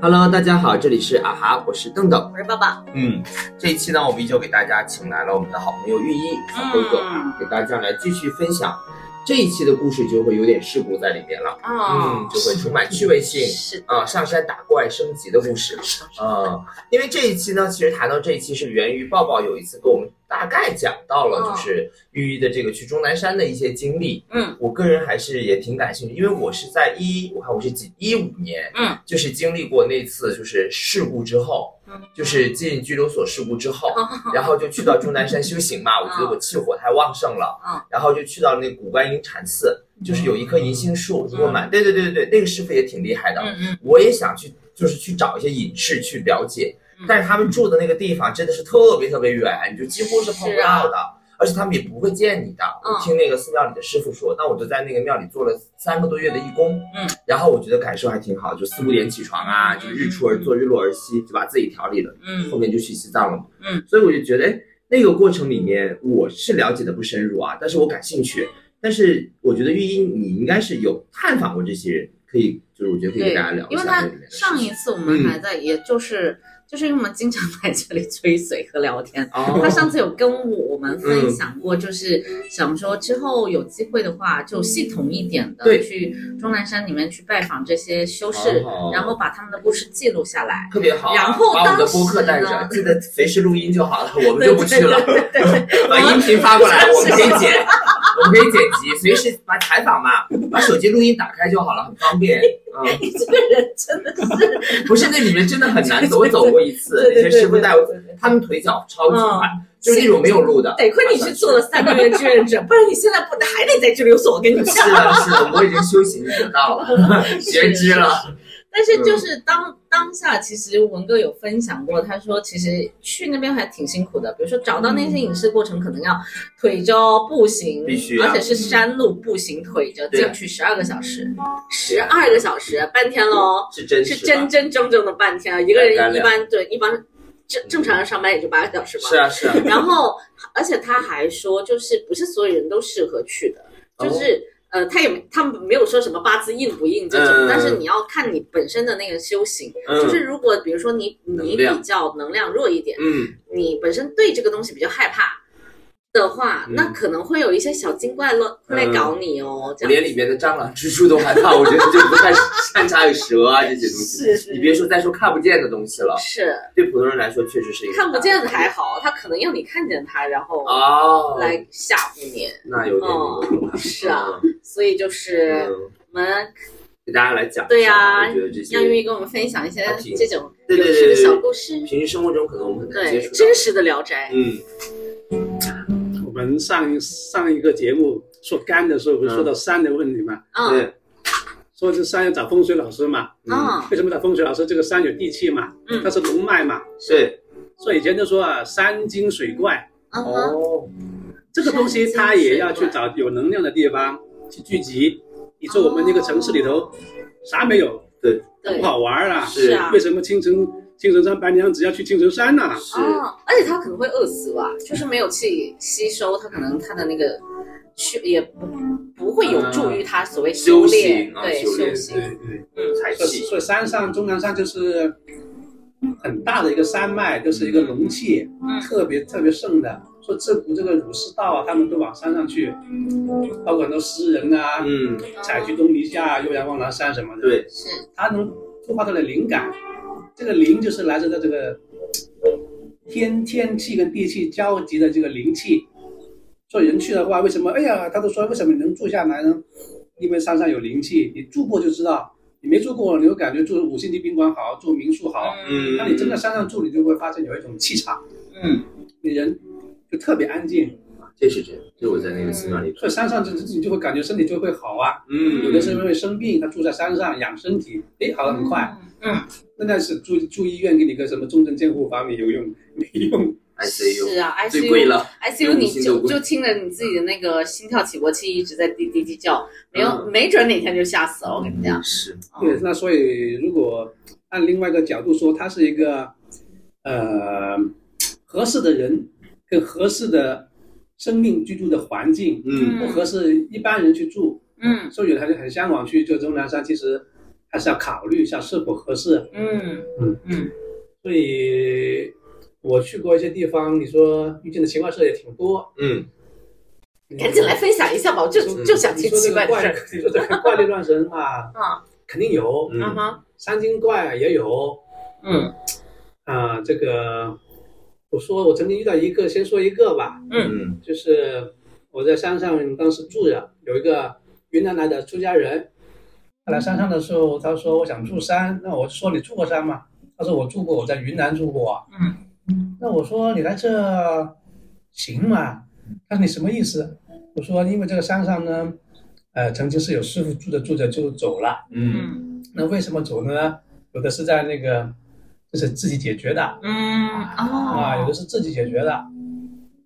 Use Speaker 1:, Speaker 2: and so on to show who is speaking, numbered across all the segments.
Speaker 1: Hello，大家好，这里是啊哈，我是邓邓。
Speaker 2: 我是爸爸，
Speaker 1: 嗯，这一期呢，我们依旧给大家请来了我们的好朋友玉一小哥哥，给大家来继续分享这一期的故事，就会有点事故在里面了，
Speaker 2: 啊
Speaker 1: 嗯，就会充满趣味性
Speaker 2: 是的，
Speaker 1: 啊、上山打怪升级的故事，啊、因为这一期呢，其实谈到这一期是源于抱抱有一次跟我们大概讲到了，
Speaker 2: 嗯
Speaker 1: 就是玉一的这个去终南山的一些经历，
Speaker 2: 嗯，
Speaker 1: 我个人还是也挺感兴趣，因为我是在一，我看我是几一五年，
Speaker 2: 嗯，
Speaker 1: 就是经历过那次就是事故之后，
Speaker 2: 嗯
Speaker 1: 就是进拘留所事故之后，
Speaker 2: 哦
Speaker 1: 然后就去到终 南山修行嘛，我觉得我气火太旺盛了，
Speaker 2: 嗯
Speaker 1: 然后就去到那古观音禅寺，就是有一棵银杏树，给我买，对对对对对，那个师傅也挺厉害的，
Speaker 2: 嗯嗯，
Speaker 1: 我也想去，就是去找一些隐士去了解
Speaker 2: 嗯，
Speaker 1: 但是他们住的那个地方真的是特别特别远，你就几乎是碰不到的，而且他们也不会见你的。
Speaker 2: 啊嗯
Speaker 1: 我听那个寺庙里的师傅说，那我就在那个庙里做了三个多月的义工，
Speaker 2: 嗯，
Speaker 1: 然后我觉得感受还挺好，就四五点起床啊，就日出而作，日落而息，就把自己调理了，
Speaker 2: 嗯
Speaker 1: 后面就去西藏了嘛，
Speaker 2: 嗯，
Speaker 1: 所以我就觉得，哎，那个过程里面我是了解的不深入啊，但是我感兴趣。
Speaker 2: 嗯
Speaker 1: 但是我觉得玉英，你应该是有探访过这些人，可以就是我觉得可以跟
Speaker 2: 对
Speaker 1: 大家聊，一
Speaker 2: 因为
Speaker 1: 下
Speaker 2: 他
Speaker 1: 那里面的事
Speaker 2: 上
Speaker 1: 情。
Speaker 2: 一次我们还在，也就是就是因为我们经常在这里吹水和聊天。
Speaker 1: 哦，
Speaker 2: 他上次有跟我们分享过，就是想说之后有机会的话，就系统一点的
Speaker 1: 对
Speaker 2: 去终南山里面去拜访这些修士
Speaker 1: 好好，
Speaker 2: 然后把他们的故事记录下来。
Speaker 1: 特别好啊，
Speaker 2: 然后
Speaker 1: 把我们的
Speaker 2: 当时
Speaker 1: 播客带着
Speaker 2: 呢，
Speaker 1: 记得随时录音就好了，我们就不去了，
Speaker 2: 对对对 对
Speaker 1: 把音频发过来，我们可以剪， 我们可以剪辑，随时把采访 嘛，把手机录音打开就好了，很方便。嗯，
Speaker 2: 你这个人真的是，
Speaker 1: 不是那里面真的很难走，我走过一次，那
Speaker 2: 对对
Speaker 1: 些
Speaker 2: 对
Speaker 1: 师傅
Speaker 2: 对
Speaker 1: 带我
Speaker 2: 对对对，
Speaker 1: 他们腿脚超级快，就是那
Speaker 2: 是
Speaker 1: 种没有路 的。
Speaker 2: 得亏你去做了三个月志愿者，不然你现在不还得在拘留所。我跟你讲
Speaker 1: 是。的，是的，我已经修行得到了， 学知了。
Speaker 2: 但是
Speaker 1: 嗯
Speaker 2: 就是当、当下，其实文哥有分享过，他说其实去那边还挺辛苦的，比如说找到那些影视过程，可能要腿着步行，
Speaker 1: 必须啊
Speaker 2: 而且是山路步行，腿着
Speaker 1: 对
Speaker 2: 进去十二个小时，十二个小时，半天喽，
Speaker 1: 是真
Speaker 2: 是
Speaker 1: 实的，
Speaker 2: 真真正正的半天，一个
Speaker 1: 干
Speaker 2: 人
Speaker 1: 粮
Speaker 2: 一般对一般正正常人上班也就八个小时吧，
Speaker 1: 是啊是啊，
Speaker 2: 然后，而且他还说，就是不是所有人都适合去的，
Speaker 1: 哦
Speaker 2: 就是、呃，他也没他们没有说什么八字硬不硬这种，
Speaker 1: 嗯
Speaker 2: 但是你要看你本身的那个修行，
Speaker 1: 嗯
Speaker 2: 就是如果比如说你你
Speaker 1: 能量
Speaker 2: 比较能量弱一点，
Speaker 1: 嗯，
Speaker 2: 你本身对这个东西比较害怕的话，
Speaker 1: 嗯
Speaker 2: 那可能会有一些小精怪乱会来搞你哦，
Speaker 1: 我
Speaker 2: 这样
Speaker 1: 连里面的蟑螂、蜘蛛都害怕，我觉得就不太擅长有蛇啊这些东 西。
Speaker 2: 是是
Speaker 1: 你别说再说看不见的东西了，
Speaker 2: 是
Speaker 1: 对普通人来说确实是一个
Speaker 2: 看不见的还好，他可能要你看见他，然后
Speaker 1: 哦，
Speaker 2: 来吓唬你，
Speaker 1: 那有点那个了
Speaker 2: 是啊，
Speaker 1: 嗯
Speaker 2: 所以就是
Speaker 1: 嗯，
Speaker 2: 我们
Speaker 1: 给大家来讲一下，
Speaker 2: 对呀
Speaker 1: 我觉得这些
Speaker 2: 要愿意跟我们分享一些
Speaker 1: 还挺
Speaker 2: 这种
Speaker 1: 对
Speaker 2: 有
Speaker 1: 对
Speaker 2: 趣
Speaker 1: 对
Speaker 2: 的
Speaker 1: 对
Speaker 2: 小故事，
Speaker 1: 平时生活中可能我们很难接
Speaker 2: 对
Speaker 1: 触到
Speaker 2: 真，实的《聊斋》
Speaker 1: 嗯，
Speaker 3: 我们上一上一个节目说干的时候，不是说到山的问题嘛？
Speaker 2: 嗯
Speaker 1: 对，
Speaker 3: 说这山要找风水老师嘛？
Speaker 1: 嗯，
Speaker 2: 嗯
Speaker 3: 为什么找风水老师？这个山有地气嘛
Speaker 2: 嗯，
Speaker 3: 它是龙脉嘛。
Speaker 1: 对，
Speaker 3: 所以以前都说啊，山精水怪，
Speaker 2: 嗯哼
Speaker 1: 哦，
Speaker 3: 这个东西它也要去
Speaker 2: 山精
Speaker 3: 找有能量的地方去聚集。你说我们这个城市里头啥没有，
Speaker 2: 哦对
Speaker 3: 不好玩儿啊？
Speaker 2: 是啊
Speaker 3: 为什么青城青城山白娘子要去青城山呢？
Speaker 1: 是，
Speaker 2: 哦，而且它可能会饿死吧，就是没有气吸收，它可能它的那个去也不不会有助于它所谓
Speaker 1: 嗯修
Speaker 2: 炼
Speaker 1: 行，啊，
Speaker 2: 对
Speaker 1: 修炼，
Speaker 2: 行，
Speaker 1: 对对，
Speaker 2: 嗯
Speaker 1: 才
Speaker 3: 所以
Speaker 1: 气，
Speaker 3: 所以山上终南山就是很大的一个山脉，就是一个龙气，
Speaker 2: 嗯
Speaker 3: 特别特别盛的。说自古这个儒释道啊，他们都往山上去，包括很多诗人啊，
Speaker 1: 嗯，
Speaker 3: 采菊东篱下，悠然望南山什么的。，
Speaker 1: 对，
Speaker 2: 是
Speaker 3: 他能触发他的灵感，这个灵就是来自他这个天天气跟地气交集的这个灵气。所以人去的话，为什么？哎呀，他都说为什么你能住下来呢？因为山上有灵气，你住过就知道。你没住过，你就感觉住五星级宾馆好，住民宿好。
Speaker 1: 嗯，
Speaker 3: 那你真的山上住，你就会发现有一种气场，
Speaker 2: 嗯
Speaker 3: 你人就特别安静。
Speaker 1: 这是真，这我在那个寺庙里
Speaker 3: 所以山上就你就会感觉身体就会好啊。
Speaker 1: 嗯，
Speaker 3: 有的是因为生病，他住在山上养身体，哎，好的很快。，
Speaker 2: 嗯
Speaker 3: 那那是住住医院给你个什么重症监护房，你有用没用？
Speaker 1: ICU
Speaker 2: 是啊
Speaker 1: 最贵
Speaker 2: ，ICU
Speaker 1: 了，
Speaker 2: ICU 你
Speaker 1: 心都
Speaker 2: 就
Speaker 1: 不
Speaker 2: 就听着你自己的那个心跳起搏器一直在滴滴滴叫，没
Speaker 1: 嗯
Speaker 2: 有没准哪天就吓死了，我跟你讲，
Speaker 1: 是，
Speaker 4: 哦
Speaker 3: 对，那所以如果按另外一个角度说，它是一个呃合适的人跟合适的生命居住的环境，
Speaker 1: 嗯
Speaker 3: 不合适一般人去住，
Speaker 2: 嗯
Speaker 3: 所以有的还是很向往去就终南山，其实。还是要考虑一下是否合适。
Speaker 2: 嗯
Speaker 3: 嗯
Speaker 2: 嗯
Speaker 3: 所以我去过一些地方，你说遇见的奇怪事儿也挺多。
Speaker 1: 嗯，
Speaker 4: 赶紧来分享一下吧，我就
Speaker 3: 嗯
Speaker 4: 就想听奇怪的事儿。
Speaker 3: 你说这个怪力乱神 嘛，
Speaker 4: 啊
Speaker 3: 肯定有，
Speaker 1: 嗯
Speaker 4: 啊哈，
Speaker 3: 山精怪也有
Speaker 2: 嗯
Speaker 3: 啊、这个我说我曾经遇到一个，先说一个吧，
Speaker 1: 嗯
Speaker 3: 就是我在山上当时住着，有一个云南来的出家人，他来山上的时候，他说我想住山，那我说你住过山吗？他说我住过，我在云南住过。啊
Speaker 2: 嗯
Speaker 3: 那我说你来这行吗？他说你什么意思？我说因为这个山上呢，呃，曾经是有师傅住着住着就走了。
Speaker 1: 嗯
Speaker 2: 嗯
Speaker 3: 那为什么走呢？有的是在那个，就是自己解决的
Speaker 2: 嗯
Speaker 3: 啊，有
Speaker 2: 哦
Speaker 3: 的是自己解决的，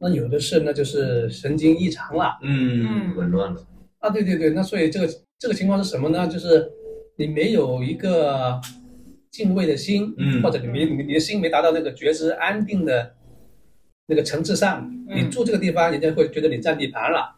Speaker 3: 那有的是呢就是神经异常了
Speaker 1: 嗯，混乱了，
Speaker 3: 啊。对对对，那所以这个这个情况是什么呢？就是你没有一个敬畏的心，
Speaker 1: 嗯
Speaker 3: 或者你没你你的心没达到那个觉知安定的那个层次上，
Speaker 2: 嗯
Speaker 3: 你住这个地方，人家会觉得你占地盘了，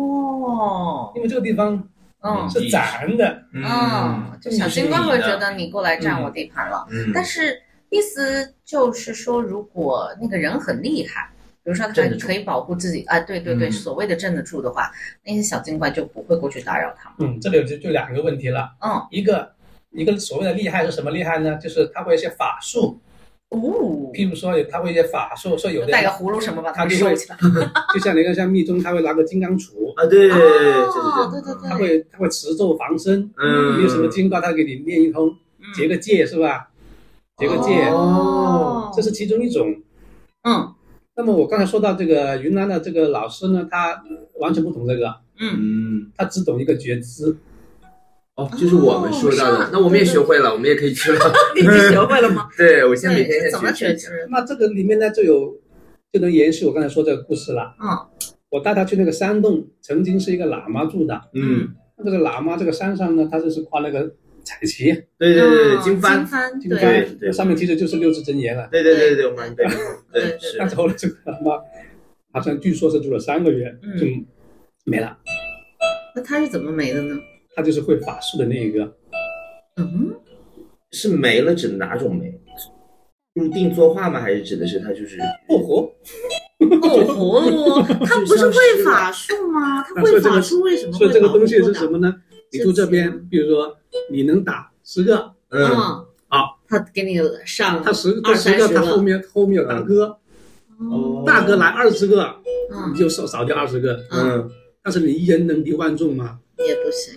Speaker 2: 哦
Speaker 3: 因为这个地方
Speaker 2: 嗯
Speaker 3: 是咱的，
Speaker 2: 嗯，就小金怪会觉得你过来占我地盘了，
Speaker 1: 嗯，
Speaker 2: 但是意思就是说，如果那个人很厉害。比如说，他
Speaker 1: 镇得住
Speaker 2: 可以保护自己啊，对对对，
Speaker 1: 嗯
Speaker 2: 所谓的镇得住的话，那些小精怪就不会过去打扰他们。
Speaker 3: 嗯，这里就就两个问题了，
Speaker 2: 嗯，
Speaker 3: 一个一个所谓的厉害是什么厉害呢？就是他会一些法术，嗯
Speaker 2: 哦，
Speaker 3: 譬如说他会一些法术，说有的
Speaker 2: 带个
Speaker 3: 人
Speaker 2: 葫芦什么把
Speaker 3: 嗯他
Speaker 2: 们
Speaker 3: 就
Speaker 2: 收
Speaker 3: 会
Speaker 2: 起来。
Speaker 3: 就像那个像密宗，他会拿个金刚杵，
Speaker 1: 啊，对，
Speaker 2: 哦，对对对，
Speaker 3: 他会他会持咒防身，
Speaker 1: 嗯，
Speaker 3: 你有什么经过他给你念一通，
Speaker 2: 嗯
Speaker 3: 结个界是吧？结个界，
Speaker 2: 哦
Speaker 3: 这是其中一种。
Speaker 2: 嗯
Speaker 3: 那么我刚才说到这个云南的这个老师呢，他完全不懂这个，
Speaker 2: 嗯，
Speaker 1: 嗯，
Speaker 3: 他只懂一个觉知。
Speaker 1: 哦，就是我们说到的，那我们也学会了，我们也可以去了。
Speaker 4: 你已经学会了吗？
Speaker 1: 对，我先
Speaker 2: 对，
Speaker 1: 每天
Speaker 2: 是怎么
Speaker 1: 先
Speaker 2: 觉
Speaker 1: 学习。
Speaker 2: 知？
Speaker 3: 那这个里面呢，就有就能延续我刚才说这个故事了。
Speaker 2: 嗯
Speaker 3: 我带他去那个山洞，曾经是一个喇嘛住的。
Speaker 1: 嗯，
Speaker 3: 那这个喇嘛这个山上呢，他就是挂那个彩旗，
Speaker 1: 对对对对，
Speaker 2: 金
Speaker 1: 经幡，
Speaker 2: 帆，
Speaker 3: 金
Speaker 2: 嗯对，
Speaker 1: 对
Speaker 3: 幡，那上面其实就是六字真言啊了。
Speaker 1: 对对对对，我们对对是
Speaker 3: 但，是后来这个喇嘛好像据说是住了三个月
Speaker 2: 嗯
Speaker 3: 就没了，
Speaker 2: 那他是怎么没的呢？
Speaker 3: 他就是会法术的那一个。
Speaker 2: 嗯，
Speaker 1: 是没了指哪种没？入定作画吗？还是指的是他就是
Speaker 3: 不活，
Speaker 2: 哦，葫 芦，他不是会法术吗？他会法术为什么
Speaker 3: 所
Speaker 1: 啊
Speaker 2: 会
Speaker 3: 以这个东西是
Speaker 2: 保
Speaker 3: 什
Speaker 2: 护
Speaker 3: 么呢？你住这边，比如说你能打十个，
Speaker 2: 不了？
Speaker 1: 嗯
Speaker 2: 嗯，他给你上
Speaker 3: 他十
Speaker 2: 二
Speaker 3: 他
Speaker 2: 三
Speaker 3: 十
Speaker 2: 十个
Speaker 3: 个，他后面后面有大哥，
Speaker 1: 哦
Speaker 3: 大哥来二十个，
Speaker 2: 嗯
Speaker 3: 你就少少掉二十个。
Speaker 1: 嗯，
Speaker 3: 但是你一人能敌万众吗？
Speaker 2: 也不行。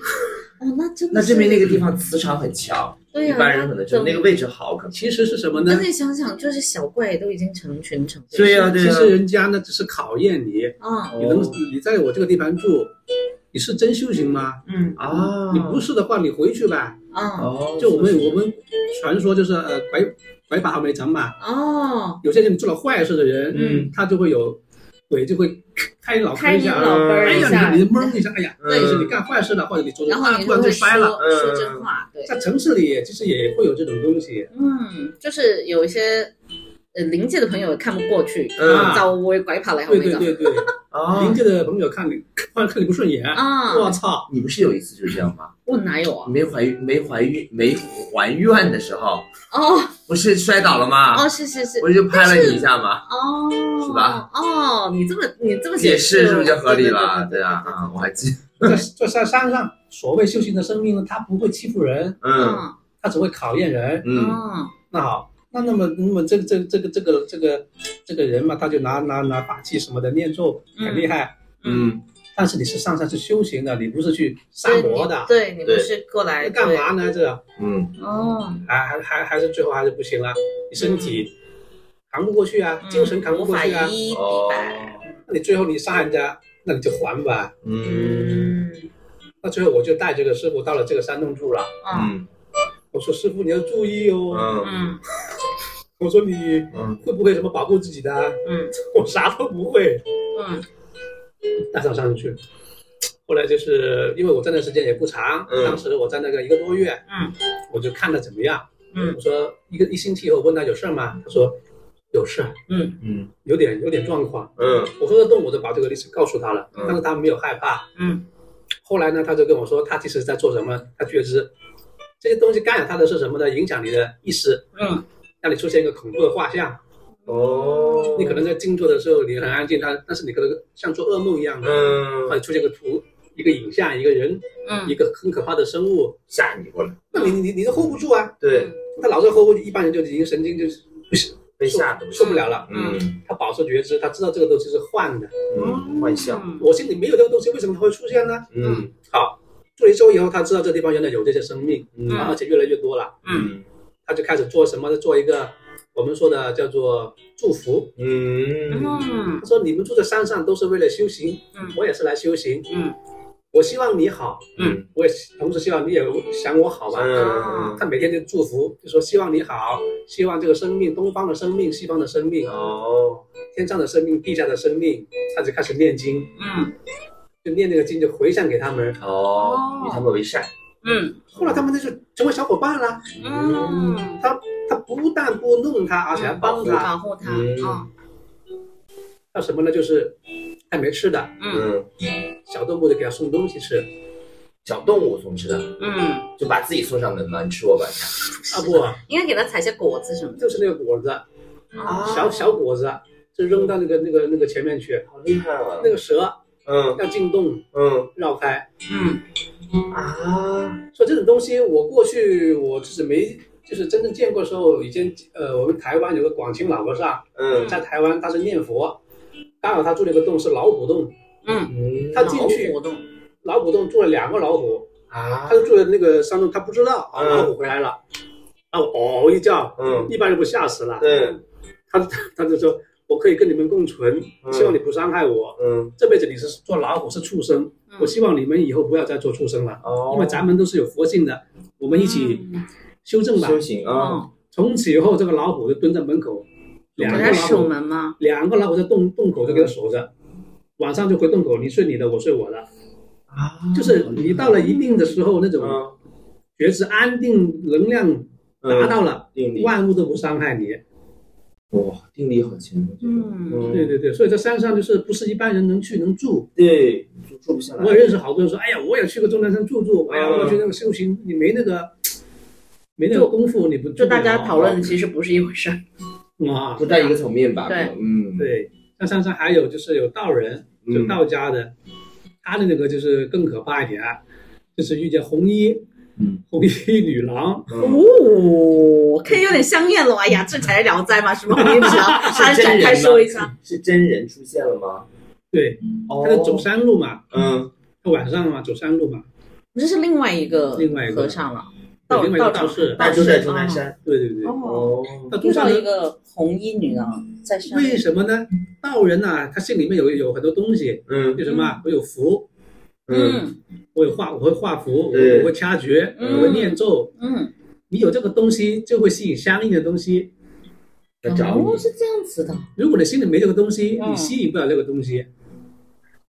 Speaker 2: 哦，那真
Speaker 1: 那
Speaker 2: 的是
Speaker 1: 证明那个地方磁场很强，
Speaker 2: 对啊
Speaker 1: 一
Speaker 2: 呀，
Speaker 1: 般人可能就那个位置好，可能
Speaker 3: 其实是什么
Speaker 2: 那
Speaker 3: 呢
Speaker 2: 那？你想想，就是小怪都已经成群成对，
Speaker 1: 对呀对哦
Speaker 3: 其
Speaker 1: 呀，
Speaker 3: 实人家呢只是考验你，
Speaker 2: 嗯
Speaker 3: 你能你在我这个地盘住，你是真修行吗？
Speaker 2: 嗯
Speaker 1: 啊，
Speaker 3: 你不是的话，你回去吧。
Speaker 2: 嗯
Speaker 1: 哦，
Speaker 3: 就我们我们传说就是呃拐拐把为常嘛，
Speaker 2: 哦，
Speaker 3: 有些人做了坏事的人，
Speaker 1: 嗯，
Speaker 3: 他就会有鬼就会 开你脑壳
Speaker 4: 开
Speaker 3: 一
Speaker 4: 你
Speaker 3: 下
Speaker 4: 老
Speaker 3: 啊，
Speaker 4: 根儿
Speaker 3: 哎
Speaker 4: 一
Speaker 3: 呀，
Speaker 4: 下，
Speaker 3: 你你蒙一下，哎呀，
Speaker 1: 对
Speaker 3: 就是你干坏事了，或者你做的
Speaker 2: 然后
Speaker 3: 大
Speaker 2: 你
Speaker 3: 突然就
Speaker 2: 会说
Speaker 3: 摔
Speaker 1: 嗯
Speaker 3: 了。
Speaker 2: 说真话，对。
Speaker 3: 在城市里其实也会有这种东西，
Speaker 2: 嗯，就是有一些呃临界的朋友也看不过去，
Speaker 1: 嗯
Speaker 2: 找我也拐跑来，我
Speaker 3: 对
Speaker 2: 没
Speaker 3: 啊对
Speaker 2: 找
Speaker 3: 对对，
Speaker 1: 啊
Speaker 3: 邻，居的朋友看你 看看你不顺眼，我
Speaker 2: 啊，
Speaker 3: 操，
Speaker 1: 你不是有一次就是这样吗？
Speaker 2: 我哪有啊？
Speaker 1: 没怀孕没怀孕没还愿的时候，
Speaker 2: 哦
Speaker 1: 不是摔倒了吗？
Speaker 2: 哦，是是是，
Speaker 1: 不是就拍了你一下吗？
Speaker 2: 哦，
Speaker 1: 是吧？
Speaker 2: 哦，你这么你这么
Speaker 1: 解释是不是就合理了？
Speaker 2: 对
Speaker 1: 对啊，啊，我还记，
Speaker 3: 在在山山上，所谓修行的生命呢，他不会欺负人，
Speaker 2: 对
Speaker 1: 嗯
Speaker 3: 他只会考验人。
Speaker 1: 嗯
Speaker 2: 嗯
Speaker 3: 那好，那那么那么这个这个这个这个这个这个人嘛，他就拿拿拿法器什么的念咒，很厉害。
Speaker 1: 嗯
Speaker 3: 但是你是上山去修行的，你不是去杀
Speaker 2: 对
Speaker 3: 魔
Speaker 2: 你
Speaker 3: 的，
Speaker 2: 对你不
Speaker 1: 对
Speaker 2: 是过来
Speaker 3: 那干？嘛呢？这
Speaker 1: 嗯，
Speaker 2: 对哦，
Speaker 3: 还还还还是最后还是不行了，你身体扛不过去啊，
Speaker 2: 嗯
Speaker 3: 精神扛不
Speaker 2: 无
Speaker 3: 过
Speaker 2: 法
Speaker 3: 去啊，
Speaker 2: 一比
Speaker 1: 哦，
Speaker 2: 百，
Speaker 3: 那你最后你杀人家，那你就还吧。
Speaker 1: 嗯
Speaker 2: 嗯
Speaker 3: 那最后我就带这个师傅到了这个山洞住了，
Speaker 2: 嗯
Speaker 1: 嗯
Speaker 3: 我说师傅你要注意哦，
Speaker 1: 嗯
Speaker 2: 嗯
Speaker 3: 我说你
Speaker 1: 嗯，
Speaker 3: 会不会什么保护自己的啊？
Speaker 2: 嗯
Speaker 3: 我啥都不会。
Speaker 2: 嗯
Speaker 3: 带上上去。后来就是因为我站的时间也不长，
Speaker 1: 嗯
Speaker 3: 当时我站那个一个多月，
Speaker 2: 嗯，
Speaker 3: 我就看他怎么样，
Speaker 2: 嗯
Speaker 3: 我说一个一星期以后问他有事儿吗？他说有事儿，
Speaker 2: 嗯
Speaker 1: 嗯
Speaker 3: 有点有点状况。
Speaker 1: 嗯
Speaker 3: 我说那动我就把这个历史告诉他了，
Speaker 1: 嗯
Speaker 3: 但是他没有害怕。
Speaker 2: 嗯
Speaker 3: 后来呢，他就跟我说他其实在做什么，他觉知，这些东西干扰他的是什么呢？影响你的意识，
Speaker 2: 嗯，
Speaker 3: 让你出现一个恐怖的画像。
Speaker 1: 哦，
Speaker 3: 你可能在静坐的时候你很安静，但但是你可能像做噩梦一样的，
Speaker 1: 嗯
Speaker 3: 或者出现个图、一个影像、一个人、
Speaker 2: 嗯
Speaker 3: 一个很可怕的生物，
Speaker 1: 吓你过来，
Speaker 3: 那你你你都 hold 不住啊！
Speaker 1: 对，
Speaker 3: 他老是 hold 不住，一般人就已经神经就是
Speaker 1: 被吓的不
Speaker 3: 受
Speaker 1: 是，
Speaker 3: 不了了。
Speaker 1: 嗯
Speaker 3: 他保持觉知，他知道这个东西是幻的，
Speaker 1: 嗯，幻象，
Speaker 2: 嗯
Speaker 3: 我心里没有这个东西，为什么它会出现呢？
Speaker 1: 嗯
Speaker 3: 好，做了一周以后，他知道这地方原来有这些生命，
Speaker 1: 嗯
Speaker 3: 而且越来越多了，
Speaker 1: 嗯
Speaker 3: 他就开始做什么呢？做一个我们说的叫做祝福。
Speaker 1: 嗯
Speaker 2: 嗯
Speaker 3: 他说：“你们住在山上都是为了修行，
Speaker 2: 嗯
Speaker 3: 我也是来修行。
Speaker 2: 嗯，
Speaker 3: 我希望你好，
Speaker 1: 嗯
Speaker 3: 我也同时希望你也想我好吧。
Speaker 1: 嗯，
Speaker 3: 他每天就祝福，就说希望你好，希望这个生命，东方的生命，西方的生命，啊
Speaker 1: 哦，
Speaker 3: 天上的生命，地下的生命，他就开始念经，
Speaker 2: 嗯
Speaker 3: 就念那个经，就回向给他们。
Speaker 1: 哦，以他们为善，
Speaker 2: 嗯
Speaker 3: 后来他们就是成为小伙伴了，
Speaker 2: 嗯，
Speaker 3: 他不但不弄他，而且还帮他。
Speaker 2: 保护哦他，
Speaker 1: 嗯
Speaker 3: 要什么呢？就是他没吃的，
Speaker 2: 嗯
Speaker 1: 嗯，
Speaker 3: 小动物就给他送东西吃。啊
Speaker 1: 小动物总知道，
Speaker 2: 嗯嗯，
Speaker 1: 就把自己送上门嘛，你吃我吧，
Speaker 3: 啊不，
Speaker 2: 应该给他采些果子什么的。哦
Speaker 3: 就是那个果子，
Speaker 1: 啊
Speaker 3: 小小果子，就扔到那个那个那个前面去。
Speaker 1: 好厉害啊
Speaker 3: 那，个蛇
Speaker 1: 嗯
Speaker 3: 要进洞
Speaker 1: 嗯
Speaker 3: 绕开，
Speaker 2: 嗯
Speaker 1: 啊，
Speaker 3: 所以这种东西我过去我就是没。就是真正见过的时候，以前呃，我们台湾有个广清老和尚，
Speaker 1: 嗯
Speaker 3: 在台湾他是念佛，刚好他住了一个洞是老虎洞，
Speaker 2: 嗯，
Speaker 1: 嗯
Speaker 3: 他进去
Speaker 2: 活动，
Speaker 3: 老虎洞住了两个老虎，
Speaker 1: 啊
Speaker 3: 他，就住在那个山洞，他不知道啊，
Speaker 1: 嗯
Speaker 3: 老虎回来了，然后嗷一叫，
Speaker 1: 嗯
Speaker 3: 一般人不吓死了。
Speaker 1: 对，
Speaker 2: 嗯
Speaker 3: 他他就说，我可以跟你们共存，
Speaker 1: 嗯
Speaker 3: 希望你不伤害我。
Speaker 1: 嗯
Speaker 3: 这辈子你是做老虎是畜生，我希望你们以后不要再做畜生了，
Speaker 1: 哦，
Speaker 3: 因为咱们都是有佛性的，我们一
Speaker 1: 嗯
Speaker 3: 起修正吧。
Speaker 1: 修行啊，
Speaker 2: 嗯，
Speaker 3: 从此以后，这个老虎就蹲在门口，两
Speaker 2: 给
Speaker 3: 个
Speaker 2: 他
Speaker 3: 老
Speaker 2: 守
Speaker 3: 虎，
Speaker 2: 门吗？
Speaker 3: 两个老虎在洞洞口就给他守着，晚上就回洞口，你睡你的，我睡我
Speaker 2: 哦
Speaker 3: 的。就是你到了一定的时候，那种
Speaker 1: 嗯
Speaker 3: 觉知安定能量达
Speaker 1: 嗯，
Speaker 3: 到了，
Speaker 1: 定力，
Speaker 3: 万物都不伤害你。
Speaker 1: 哇，哦定力好强，我觉得
Speaker 2: 嗯
Speaker 3: 对对对，所以在山上就是不是一般人能去能住。
Speaker 1: 对，住住不下来，
Speaker 3: 我也认识好多人说，哎呀，我也去过终南山住住，哎呀，
Speaker 1: 嗯
Speaker 3: 我要去那个修行，你没那个没那个功夫，你不
Speaker 2: 就大家讨论的其实不是一回事儿。
Speaker 3: 论啊
Speaker 1: 不。在一个层面吧，
Speaker 2: 对
Speaker 1: 可能，嗯，，
Speaker 3: 对，在山上还有就是有道人，就
Speaker 1: 嗯
Speaker 3: 道家的，他的那个就是更可怕一点啊，就是遇见红衣
Speaker 1: 嗯，
Speaker 3: 红衣女郎，
Speaker 1: 嗯
Speaker 2: 哦，看有点香艳了，哎呀，这才《聊斋》嘛，什么名字啊？还
Speaker 1: 是真
Speaker 2: 展
Speaker 1: 人
Speaker 2: 开
Speaker 1: 吗
Speaker 2: 说一下。
Speaker 1: 是真人出现了吗？
Speaker 3: 对，
Speaker 1: 哦
Speaker 3: 他在走山路嘛，
Speaker 1: 嗯，
Speaker 3: 他晚上嘛走山路嘛，
Speaker 2: 这是另外一个
Speaker 3: 另外一个
Speaker 2: 和尚了，
Speaker 3: 对另外一个
Speaker 2: 道
Speaker 3: 道士，
Speaker 1: 那就在终
Speaker 2: 嗯
Speaker 1: 南山，
Speaker 3: 对对对。
Speaker 2: 哦，
Speaker 1: 哦，
Speaker 3: 那
Speaker 2: 遇
Speaker 3: 中
Speaker 2: 到
Speaker 3: 山
Speaker 2: 一
Speaker 3: 呢？
Speaker 2: 个红衣女郎在山
Speaker 3: 为
Speaker 2: 里，
Speaker 3: 什么呢？道人呐、他心里面有有很多东西，
Speaker 1: 嗯
Speaker 3: 有什么啊？我有符，
Speaker 1: 嗯
Speaker 2: 嗯
Speaker 3: 我有画，我会画符，
Speaker 1: 对
Speaker 3: 我会掐诀，
Speaker 2: 嗯
Speaker 3: 我会念咒。
Speaker 2: 嗯，
Speaker 3: 你有这个东西，就会吸引相应的东西。
Speaker 1: 来找
Speaker 2: 哦，
Speaker 1: 你。
Speaker 2: 是这样子的，
Speaker 3: 如果你心里没这个东西，
Speaker 2: 嗯
Speaker 3: 你吸引不了这个东西。啊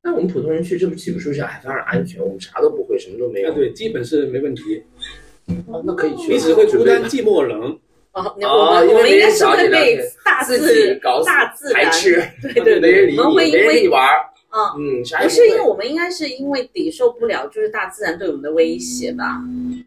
Speaker 1: 那我们普通人去，这不岂不是是哎，反而安全？我们啥都不会，什么都没有
Speaker 3: 啊，，对，基本是没问题。
Speaker 1: 啊那可以去。
Speaker 3: 你只会孤单、寂寞、冷。
Speaker 2: 哦，那我
Speaker 1: 哦
Speaker 2: 们
Speaker 1: 因为
Speaker 2: 我们
Speaker 1: 没
Speaker 2: 应该
Speaker 1: 人
Speaker 2: 是
Speaker 1: 找你
Speaker 2: 会
Speaker 1: 聊
Speaker 2: 被
Speaker 1: 天
Speaker 2: 大
Speaker 1: 自己
Speaker 2: 自
Speaker 1: 搞死
Speaker 2: 大自
Speaker 1: 排
Speaker 2: 然，
Speaker 1: 斥，嗯
Speaker 2: 对对
Speaker 1: 没人理
Speaker 2: 对，我们会
Speaker 1: 你，没
Speaker 2: 因
Speaker 1: 人理你
Speaker 2: 为
Speaker 1: 玩儿。
Speaker 2: 嗯。
Speaker 1: 嗯，啥也
Speaker 2: 不
Speaker 1: 不
Speaker 2: 是因为
Speaker 1: 会。
Speaker 2: 我们应该是因为抵受不了，就是大自然对我们的威胁吧，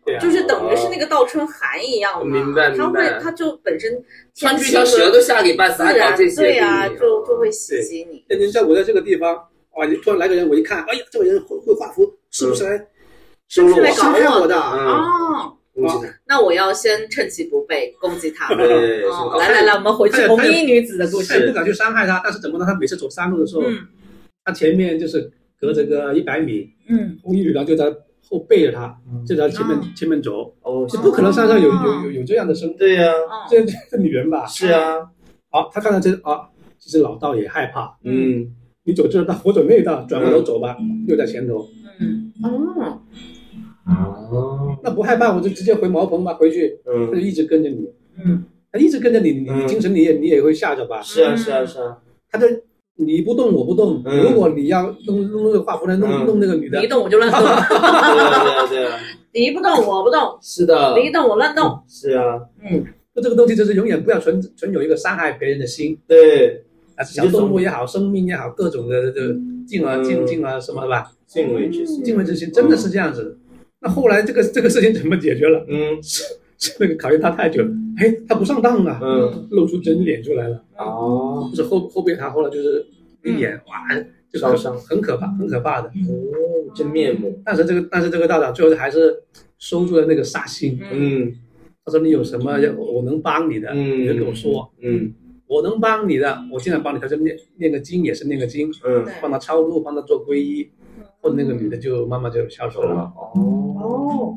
Speaker 3: 对啊
Speaker 2: 就，是等于是那个倒春寒一样嘛，
Speaker 1: 嗯哦明白
Speaker 2: 它
Speaker 1: 明白
Speaker 2: 会它就本身
Speaker 1: 穿出
Speaker 2: 天
Speaker 1: 一
Speaker 2: 气
Speaker 1: 条蛇
Speaker 2: 和
Speaker 1: 都吓给半死，
Speaker 2: 自
Speaker 1: 还搞
Speaker 2: 然
Speaker 1: 这些？哦
Speaker 2: 对啊，就就会袭
Speaker 3: 对
Speaker 2: 击你，
Speaker 3: 那天像我在这个地方，哇，你突然来个人，我一看，哎呀，这个人会会画符，是不是来
Speaker 2: 是不是来
Speaker 3: 伤
Speaker 2: 搞
Speaker 3: 害
Speaker 2: 我
Speaker 3: 我的？啊
Speaker 1: 嗯，
Speaker 2: 哦，
Speaker 1: 估计的
Speaker 2: 那我要先趁其不备攻击他们。
Speaker 1: 对
Speaker 2: 哦，
Speaker 1: 是
Speaker 2: 来来来，我们回去
Speaker 3: 哎
Speaker 2: 红衣女子的故
Speaker 3: 他也
Speaker 2: 事。
Speaker 3: 不敢去伤害他，但是怎么呢？他每次走山路的时候，
Speaker 2: 嗯
Speaker 3: 他前面就是隔着个一百米，
Speaker 2: 嗯，
Speaker 3: 红衣女郎就在后背着他，
Speaker 1: 嗯
Speaker 3: 就在前面、
Speaker 2: 嗯
Speaker 3: 前面走，
Speaker 1: 哦，
Speaker 3: 这不可能山上有、
Speaker 2: 哦
Speaker 3: 有有有这样的生
Speaker 1: 对呀，
Speaker 2: 哦
Speaker 3: 这这这女人吧？
Speaker 1: 是啊，
Speaker 3: 好、他看到这啊，其实老道也害怕，
Speaker 1: 嗯，
Speaker 3: 你走这道，我走那道，转过头走吧，又在前头，
Speaker 2: 嗯哦，
Speaker 1: 哦，
Speaker 3: 那不害怕我就直接回茅棚吧，回去他就
Speaker 1: 嗯，
Speaker 3: 一直跟着你，
Speaker 2: 嗯
Speaker 3: 他一直跟着你，你
Speaker 1: 嗯
Speaker 3: 你精神你也你也会吓着吧？
Speaker 1: 是啊，是啊，是啊，
Speaker 3: 他就你不动我不动，
Speaker 1: 嗯
Speaker 3: 如果你要弄弄那个画符来弄、
Speaker 1: 嗯
Speaker 3: 弄那个女的
Speaker 2: 你，动我就 乱动，
Speaker 1: 对啊，对啊，对啊，
Speaker 2: 你不动我不动，
Speaker 1: 是的，
Speaker 2: 你动我乱动。
Speaker 1: 是啊，
Speaker 2: 嗯
Speaker 3: 那这个东西就是永远不要存存有一个伤害别人的心。
Speaker 1: 对，
Speaker 3: 啊，小动物也好，生命也好，各种的这个敬而啊
Speaker 1: 嗯
Speaker 3: 敬敬而什么的吧，
Speaker 1: 敬畏之心，
Speaker 2: 嗯
Speaker 3: 敬畏之心真的是这样子。那后来这个这个事情怎么解决了？
Speaker 1: 嗯
Speaker 3: 是那个考验他太久了，哎，他不上当了，
Speaker 1: 嗯，
Speaker 3: 露出真脸出来了。
Speaker 1: 哦，
Speaker 3: 就是后后边他后来就是一
Speaker 2: 嗯
Speaker 3: 眼哇，就
Speaker 1: 烧
Speaker 3: 很
Speaker 1: 伤
Speaker 3: 很可怕，很可怕的。
Speaker 1: 哦，真面目，
Speaker 3: 但是这个但是这个道长最后还是收住了那个煞心，
Speaker 2: 嗯
Speaker 1: 嗯
Speaker 3: 他说你有什么要我能帮你的，
Speaker 1: 嗯
Speaker 3: 你就跟我说，
Speaker 1: 嗯
Speaker 3: 我能帮你的，我尽量帮你。他就念念个经也是念个经，
Speaker 1: 嗯，
Speaker 2: 对嗯
Speaker 3: 帮他超度，帮他做皈依，后来那个女的就慢慢就消失
Speaker 1: 走
Speaker 3: 了。
Speaker 1: 了，哦，
Speaker 2: 哦，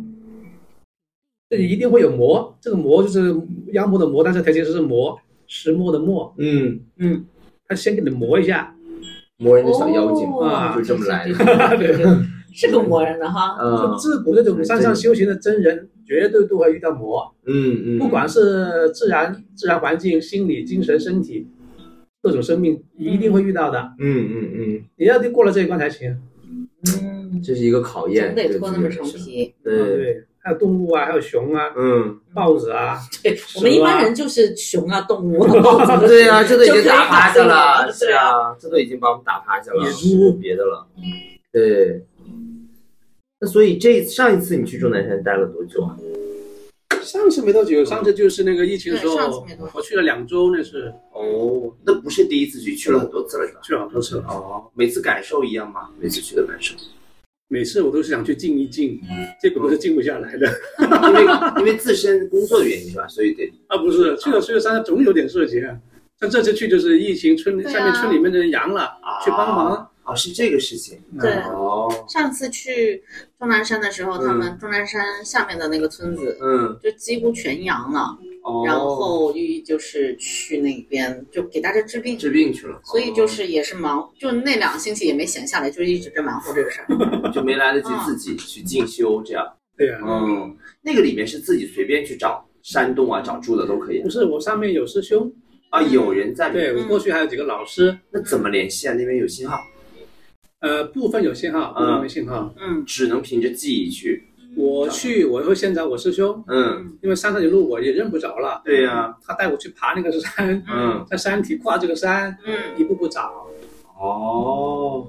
Speaker 3: 这一定会有魔，这个魔就是妖魔的魔，但是它其实是魔，石磨的磨，
Speaker 1: 嗯，
Speaker 3: 他先给你磨一下，
Speaker 1: 魔人的小妖精
Speaker 2: 哦
Speaker 1: 就这么来的，
Speaker 2: 对对对是个魔人的哈，
Speaker 1: 嗯
Speaker 3: 就自古这种山上修行的真人，绝对都会遇到魔，
Speaker 1: 嗯嗯，
Speaker 3: 不管是自然自然环境、心理、精神、身体，各种生命一定会遇到的。
Speaker 1: 嗯嗯嗯，
Speaker 3: 你要得过了这一关才行。
Speaker 2: 嗯，
Speaker 1: 这是一个考验，
Speaker 2: 总得
Speaker 1: 对
Speaker 2: 脱
Speaker 1: 自己
Speaker 2: 那么
Speaker 1: 的
Speaker 2: 层
Speaker 1: 人生
Speaker 2: 皮。
Speaker 1: 对，
Speaker 3: 啊对，还有动物啊，还有熊啊、
Speaker 1: 嗯，
Speaker 3: 豹子啊，
Speaker 2: 对我们一般人就是熊啊，动物啊，
Speaker 1: 对啊，这都已
Speaker 2: 就
Speaker 1: 经
Speaker 2: 可以
Speaker 1: 打趴
Speaker 2: 把自
Speaker 1: 下
Speaker 2: 己
Speaker 1: 了，
Speaker 2: 了
Speaker 1: 是
Speaker 2: 对
Speaker 1: 啊，这都已经把我们打趴下了，
Speaker 3: 野猪
Speaker 1: 别的了，对。那所以这上一次你去终南山待了多久啊？
Speaker 3: 上次没多久，上次就是那个疫情的时
Speaker 2: 对上次
Speaker 3: 候
Speaker 2: 没多久，
Speaker 3: 我去了两周，那是
Speaker 1: 哦，那不是第一次去，去了很多次了是吧？
Speaker 3: 去了好多次了。
Speaker 1: 哦，每次感受一样吗？每次去的感受，
Speaker 3: 每次我都是想去静一静，结果都是静不下来的。
Speaker 1: 因为因为自身工作的原因是吧？所以得
Speaker 3: 啊，不是，去了去了山上总有点事情啊。像这次去就是疫情村里
Speaker 2: 对啊啊
Speaker 3: 下面村里面的人阳了，去帮忙。啊
Speaker 1: 哦，是这个事情
Speaker 2: 对
Speaker 1: 哦，
Speaker 2: 上次去终南山的时候，
Speaker 1: 嗯
Speaker 2: 他们终南山下面的那个村子
Speaker 1: 嗯，
Speaker 2: 就几乎全阳了，
Speaker 1: 哦，
Speaker 2: 然后玉玉就是去那边就给大家治病，
Speaker 1: 治病去了，
Speaker 2: 所以就是也是忙，就那两个星期也没闲下来，就一直在忙活这个事儿。
Speaker 1: 哦就没来得及自
Speaker 2: 嗯
Speaker 1: 己去进修这样，
Speaker 3: 对啊呀、
Speaker 1: 嗯，那个里面是自己随便去找山洞啊，找住的都可以
Speaker 2: 嗯
Speaker 3: 不是我上面有师兄，
Speaker 1: 啊，有人在里面，
Speaker 3: 对我过去还有几个老师，
Speaker 1: 那怎么联系啊？那边有信号，
Speaker 3: 呃，部分有信号，部分没信号。
Speaker 2: 嗯
Speaker 1: 只能凭着记忆去，
Speaker 3: 我去，我会先找我师兄，
Speaker 1: 嗯，
Speaker 2: 嗯
Speaker 3: 因为山上有路我也认不着了。
Speaker 1: 对呀，
Speaker 3: 他带我去爬那个山，
Speaker 1: 嗯，
Speaker 3: 在山体跨这个山，
Speaker 2: 嗯，
Speaker 3: 一步步找。
Speaker 1: 哦，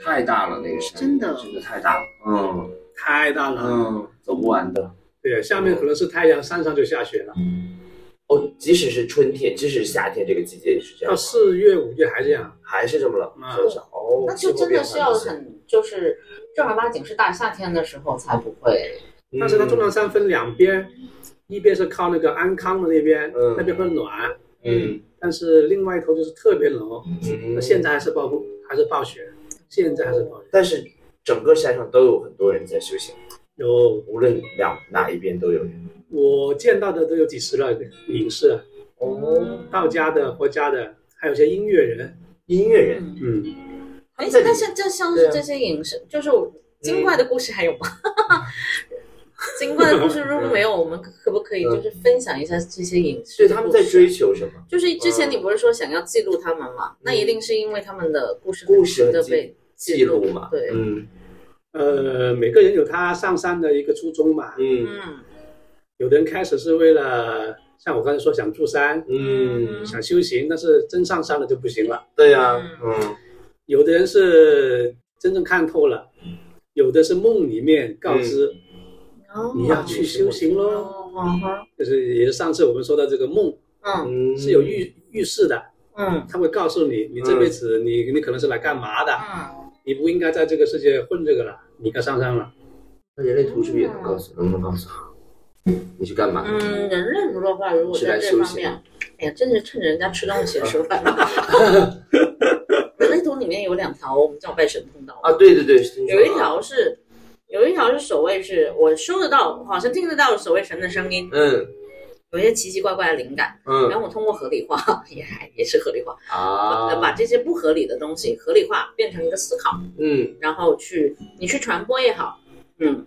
Speaker 1: 太大了那个山，
Speaker 2: 真的
Speaker 1: 真的太大了，嗯。
Speaker 3: 太大了，
Speaker 1: 嗯，走不完的。
Speaker 3: 对，下面可能是太阳，山上就下雪了。
Speaker 1: 哦，即使是春天，即使是夏天这个季节也是这样
Speaker 3: 到，四月、五月还这样，
Speaker 1: 还是这么冷，
Speaker 3: 嗯
Speaker 1: 是不是？哦，
Speaker 2: 那就
Speaker 1: 气候
Speaker 2: 真的是要
Speaker 1: 变化这些，
Speaker 2: 很就是正儿八经是大夏天的时候才不会。
Speaker 3: 但是它中
Speaker 1: 中
Speaker 3: 南山分两边，一边是靠那个安康的那边，
Speaker 1: 嗯
Speaker 3: 那边会暖，
Speaker 1: 嗯，
Speaker 3: 但是另外一头就是特别冷。
Speaker 1: 嗯
Speaker 3: 那现在还是暴风，还是暴雪，现在还是暴雪。
Speaker 1: 但是整个山上都有很多人在修行，
Speaker 3: 有
Speaker 1: 无论两哪一边都有人。
Speaker 3: 我见到的都有几十了影视，
Speaker 2: 嗯
Speaker 1: 哦，
Speaker 3: 道家的、佛家的，还有些音乐人。
Speaker 1: 音乐人，
Speaker 2: 嗯，
Speaker 3: 嗯，
Speaker 2: 哎，
Speaker 1: 这里
Speaker 2: 但是这像
Speaker 1: 对
Speaker 2: 是
Speaker 1: 啊
Speaker 2: 这些影视，就是我精怪的故事还有吗？ 精怪的故事如果没有，我们可不可以就是分享一下这些影视？
Speaker 1: 所以嗯他们在追。嗯求什么？
Speaker 2: 就是之前你不是说想要记录他们吗？那一定是因为他们的故事
Speaker 1: 故事和
Speaker 2: 很值得
Speaker 1: 记
Speaker 2: 被
Speaker 1: 记录嘛？
Speaker 2: 对，
Speaker 1: 嗯
Speaker 3: 呃，每个人有他上山的一个初衷嘛。
Speaker 1: 嗯
Speaker 2: 嗯
Speaker 3: 有的人开始是为了像我刚才说想住山，
Speaker 1: 嗯，
Speaker 3: 想修行，但是真上山了就不行了。
Speaker 1: 对呀，嗯
Speaker 3: 有的人是真正看透了，有的是梦里面告知
Speaker 2: 哦
Speaker 3: 你要去修行喽。
Speaker 2: 哦，嗯哼
Speaker 3: 就是也是上次我们说的这个梦
Speaker 2: 嗯
Speaker 1: 嗯，
Speaker 3: 是有预预示的，
Speaker 2: 嗯
Speaker 3: 他会告诉你，你这辈子你你可能是来干嘛的，
Speaker 2: 嗯，
Speaker 3: 你不应该在这个世界混这个了，你该上山了。
Speaker 1: 那人类图是不是也能告诉？能不能告诉我？你是干嘛？
Speaker 2: 嗯，人类图的话，如果在这方面，哎呀，真是趁着人家吃东西 的时候犯了。人类图里面有两条，我们叫外神通道。
Speaker 1: 啊，对对对，是
Speaker 2: 有一，条是，有一条是守卫，是我收得到，好像听得到守卫神的声音，
Speaker 1: 嗯
Speaker 2: 有一些奇奇怪怪的灵感，
Speaker 1: 嗯
Speaker 2: 然后我通过合理化， 也还也是合理化，把把
Speaker 1: 啊，
Speaker 2: 这些不合理的东西合理化，变成一个思考，
Speaker 1: 嗯。
Speaker 2: 然后去你去传播也好，嗯，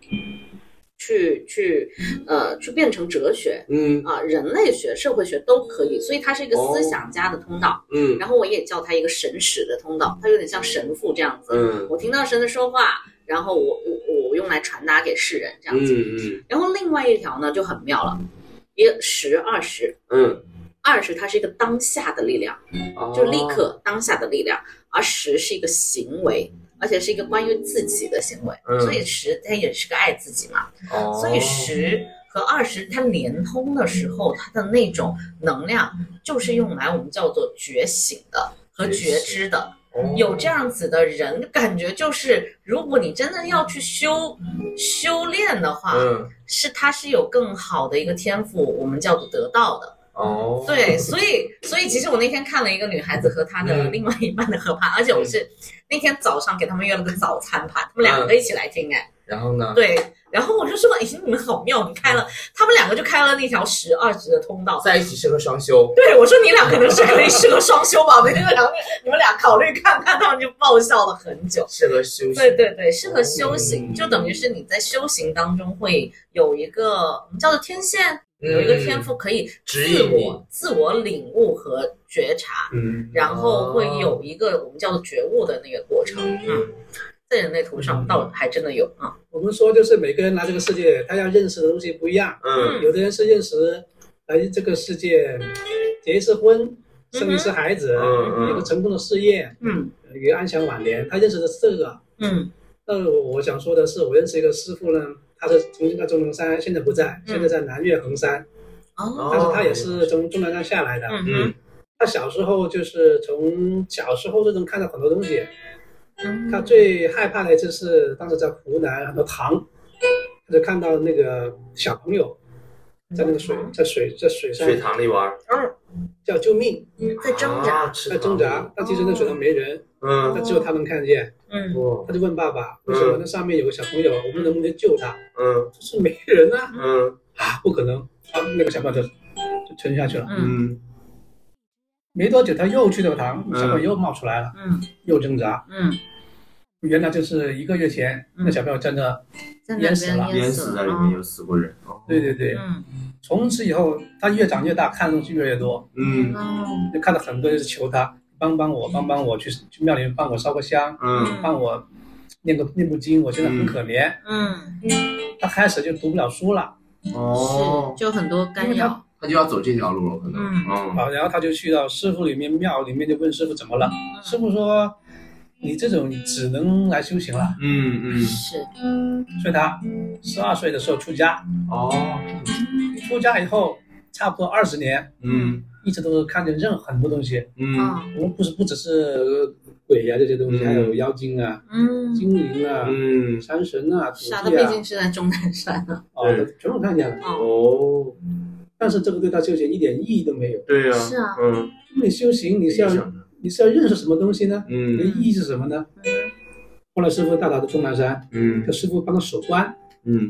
Speaker 2: 去去呃去变成哲学。
Speaker 1: 嗯
Speaker 2: 啊、人类学、社会学都可以，所以它是一个思想家的通道。
Speaker 1: 嗯
Speaker 2: 然后我也叫它一个神使的通道，它有点像神父这样子。
Speaker 1: 嗯
Speaker 2: 我听到神的说话，然后我我我用来传达给世人这样子。
Speaker 1: 嗯
Speaker 2: 然后另外一条呢就很妙了，也十二十
Speaker 1: 嗯
Speaker 2: 二十，它是一个当下的力量，
Speaker 1: 嗯，
Speaker 2: 就立刻当下的力量，而十是一个行为。而且是一个关于自己的行为，
Speaker 1: 嗯
Speaker 2: 所以十它也是个爱自己嘛，
Speaker 1: 哦
Speaker 2: 所以十和二十它连通的时候，它的那种能量就是用来我们叫做觉醒的和觉知的。
Speaker 1: 哦
Speaker 2: 有这样子的人，感觉就是，如果你真的要去修修炼的话，
Speaker 1: 嗯
Speaker 2: 是他是有更好的一个天赋，我们叫做得到的。
Speaker 1: 哦，
Speaker 2: 对，所以所以其实我那天看了一个女孩子和她
Speaker 1: 嗯
Speaker 2: 的另外一半的合拍，而且我是那天早上给他们约了个早餐盘，他们两
Speaker 1: 嗯
Speaker 2: 个一起来听哎，
Speaker 1: 然后呢？
Speaker 2: 对，然后我就说，哎，你们好妙，你开了，他们两个就开了那条十二十的通道。
Speaker 1: 在一起适合双休，
Speaker 2: 对，我说你俩可能是可以适合双休吧，我们就两个你们俩考虑看看，他们就爆笑了很久。
Speaker 1: 适合休息。
Speaker 2: 对对对，适合修行，就等于是你在修行当中会有一个我们叫做天线，有一个天赋可以
Speaker 1: 嗯指
Speaker 2: 自
Speaker 1: 引你
Speaker 2: 我自我领悟和觉察，
Speaker 3: 嗯，
Speaker 2: 然后会有一个我们叫做觉悟的那个过程。嗯，在人类图上倒还真的有啊，
Speaker 3: 我们说就是每个人来这个世界，他要认识的东西不一样。
Speaker 1: 嗯
Speaker 3: 有的人是认识来这个世界结一次婚，生一次孩子，
Speaker 1: 嗯嗯
Speaker 3: 有个成功的事业，
Speaker 2: 嗯
Speaker 3: 有一个安享晚年。他认识的是这个。
Speaker 2: 嗯
Speaker 3: 那我想说的是，我认识一个师傅呢，他是曾经在终南山，现在不在，
Speaker 2: 嗯
Speaker 3: 现在在南岳衡山，
Speaker 2: 哦
Speaker 3: 但是他也是从终南山下来的。
Speaker 2: 嗯
Speaker 1: 嗯
Speaker 2: 哼
Speaker 3: 他小时候就是从小时候就能看到很多东西。
Speaker 2: 嗯
Speaker 3: 他最害怕的就是当时在湖南很多塘，他就看到那个小朋友在那个水
Speaker 2: 嗯
Speaker 3: 在水在水上
Speaker 1: 水塘里玩，
Speaker 3: 叫救命，
Speaker 2: 嗯哦在挣
Speaker 1: 啊
Speaker 2: 扎，，
Speaker 3: 在挣扎，但其实那水上没人，
Speaker 1: 嗯
Speaker 3: 那只有他能看见。
Speaker 2: 哦嗯
Speaker 1: 嗯
Speaker 3: 他就问爸爸，为什么那上面有个小朋友，我们能不能救他？
Speaker 1: 嗯
Speaker 3: 就是没人啊，
Speaker 1: 嗯
Speaker 3: 啊，不可能，啊，那个小朋友就就沉下去了。
Speaker 2: 嗯
Speaker 1: 嗯
Speaker 3: 没多久，他又去那个塘，
Speaker 1: 嗯
Speaker 3: 小朋友又冒出来了，
Speaker 2: 嗯
Speaker 3: 又挣扎。
Speaker 2: 嗯，
Speaker 3: 原来就是一个月前，
Speaker 2: 嗯
Speaker 3: 那小朋友站着，
Speaker 2: 在那
Speaker 3: 淹死
Speaker 2: 边
Speaker 3: 了
Speaker 1: 淹死
Speaker 2: 死
Speaker 1: 在
Speaker 2: 了
Speaker 1: 里面有死过人。哦
Speaker 3: 对对对，
Speaker 2: 嗯
Speaker 3: 从此以后，他越长越大，看的东西越来越多，
Speaker 1: 嗯
Speaker 2: 哦
Speaker 3: 就看到很多人就是求他帮帮我，帮帮我，去去庙里面帮我烧个香，
Speaker 1: 嗯
Speaker 3: 帮我念个念部经，我现在很可怜。
Speaker 2: 嗯
Speaker 3: 他开始就读不了书了，
Speaker 1: 哦
Speaker 2: 是，就很多干扰，
Speaker 1: 他就要走这条路了，可能。
Speaker 2: 嗯
Speaker 1: 嗯
Speaker 3: 啊，然后他就去到师傅里面庙里面就问师傅怎么了，
Speaker 2: 嗯
Speaker 3: 师傅说。你这种只能来修行了，
Speaker 1: 嗯
Speaker 2: 是
Speaker 3: 所以他十二岁的时候出家，
Speaker 1: 嗯哦
Speaker 3: 出家以后差不多二十年，
Speaker 1: 嗯
Speaker 3: 一直都是看见任很多东西，
Speaker 1: 嗯
Speaker 2: 啊
Speaker 3: 我们不是不只是鬼呀、这些东西，
Speaker 1: 嗯
Speaker 3: 还有妖精啊、
Speaker 2: 嗯。
Speaker 3: 精灵啊、
Speaker 1: 嗯
Speaker 3: 山神啊、土
Speaker 2: 傻的
Speaker 3: 地
Speaker 2: 毕
Speaker 3: 啊，
Speaker 2: 竟是在终南山啊，
Speaker 3: 啊，都全部看见了。
Speaker 2: 哦，
Speaker 1: 哦，
Speaker 3: 但是这个对他修行一点意义都没有。
Speaker 1: 对呀，
Speaker 2: 是啊
Speaker 1: 嗯，
Speaker 3: 因为修行你是要
Speaker 1: 没想到
Speaker 3: 你是要认识什么东西呢？你的
Speaker 1: 嗯
Speaker 3: 意义是什么呢？后来师傅带他到终南山，
Speaker 1: 嗯
Speaker 3: 这师傅帮他守关，
Speaker 1: 嗯，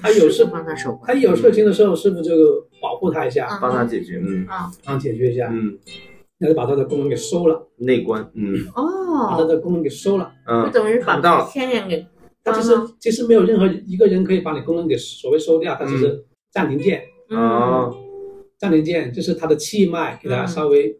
Speaker 3: 他有事
Speaker 2: 帮他守
Speaker 3: 他一有事情的时候，师傅就保护他一下，
Speaker 2: 啊
Speaker 1: 帮他解决，嗯
Speaker 2: 啊，
Speaker 3: 帮他解决一下，
Speaker 1: 嗯，
Speaker 3: 然后就把他的功能给收了，
Speaker 1: 内观，嗯
Speaker 3: 把他
Speaker 2: 哦，
Speaker 3: 的功能给收了。
Speaker 2: 就
Speaker 1: 嗯
Speaker 2: 等于
Speaker 1: 看
Speaker 2: 把
Speaker 1: 不到
Speaker 2: 天眼给
Speaker 3: 他其
Speaker 2: 嗯
Speaker 3: 实其实没有任何一个人可以把你功能给所谓收掉，他只
Speaker 2: 嗯
Speaker 3: 是暂停键。
Speaker 2: 哦
Speaker 1: 啊，
Speaker 3: 暂停键就是他的气脉给他
Speaker 2: 嗯
Speaker 3: 稍微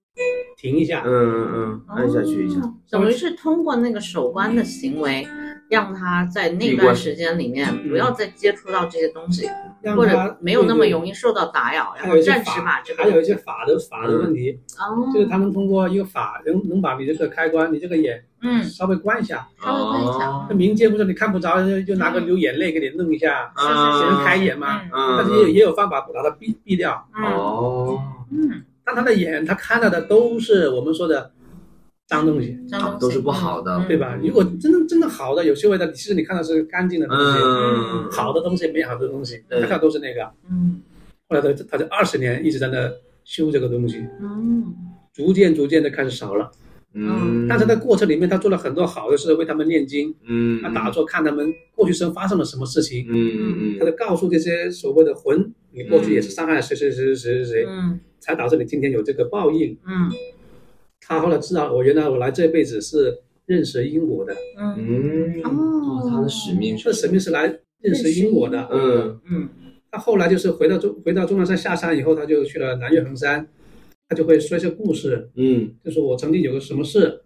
Speaker 3: 停一下
Speaker 1: 嗯，嗯嗯，按下去一下，
Speaker 2: 哦等于是通过那个守关的行为，让他在那
Speaker 1: 闭关
Speaker 2: 段时间里面不要再接触到这些东西，
Speaker 3: 让
Speaker 2: 或
Speaker 3: 他
Speaker 2: 者没有那么
Speaker 3: 易。
Speaker 2: 容易受到打扰，然
Speaker 3: 还有
Speaker 2: 后
Speaker 3: 一些
Speaker 2: 暂时
Speaker 3: 法
Speaker 2: 把这个
Speaker 3: 还有一些法的法的问题，
Speaker 2: 哦，
Speaker 3: 就是他能通过一个法能能把你这个开关，你这个眼
Speaker 2: 嗯，
Speaker 3: 稍微关一下。
Speaker 2: 稍微关一下
Speaker 1: 哦
Speaker 3: 那民间不是你看不着，就就拿个
Speaker 2: 嗯
Speaker 3: 流眼泪给你弄一下，
Speaker 1: 嗯
Speaker 3: 谁能开眼嘛？
Speaker 2: 嗯
Speaker 1: 嗯
Speaker 3: 但是也有也有方法把它闭闭掉。
Speaker 2: 嗯
Speaker 1: 哦，
Speaker 2: 嗯，
Speaker 3: 但他的眼他看到的都是我们说的脏东西，
Speaker 2: 这样东西
Speaker 1: 都是不好的
Speaker 2: 嗯
Speaker 3: 对吧？如果真的真的好的有修为的，其实你看到是干净的东西，
Speaker 1: 嗯，
Speaker 3: 好的东西、美好的东西，
Speaker 1: 对
Speaker 3: 看到都是那个。
Speaker 2: 嗯
Speaker 3: 后来他他就二十年一直在那修这个东西，
Speaker 2: 嗯
Speaker 3: 逐渐逐渐的开始少了。
Speaker 1: 嗯，
Speaker 3: 但是在过程里面，他做了很多好的事，为他们念经，
Speaker 1: 嗯，
Speaker 3: 他打坐看他们过去生发生了什么事情，
Speaker 1: 嗯，嗯
Speaker 3: 他就
Speaker 1: 嗯，
Speaker 3: 告诉这些所谓的魂，你过去也是伤害了谁谁谁谁谁谁谁，
Speaker 2: 嗯
Speaker 3: 才导致你今天有这个报应。
Speaker 2: 嗯
Speaker 3: 他后来知道，我哦原来我来这辈子是认识因果的，
Speaker 2: 嗯
Speaker 1: 嗯，哦，他的使命
Speaker 3: 这
Speaker 1: 是，
Speaker 3: 神明是来认识因果的。
Speaker 1: 嗯
Speaker 2: 嗯
Speaker 3: 他后来就是回到中回到终南山下山以后，他就去了南岳衡山，他就会说一些故事，
Speaker 1: 嗯
Speaker 3: 就说我曾经有个什么事，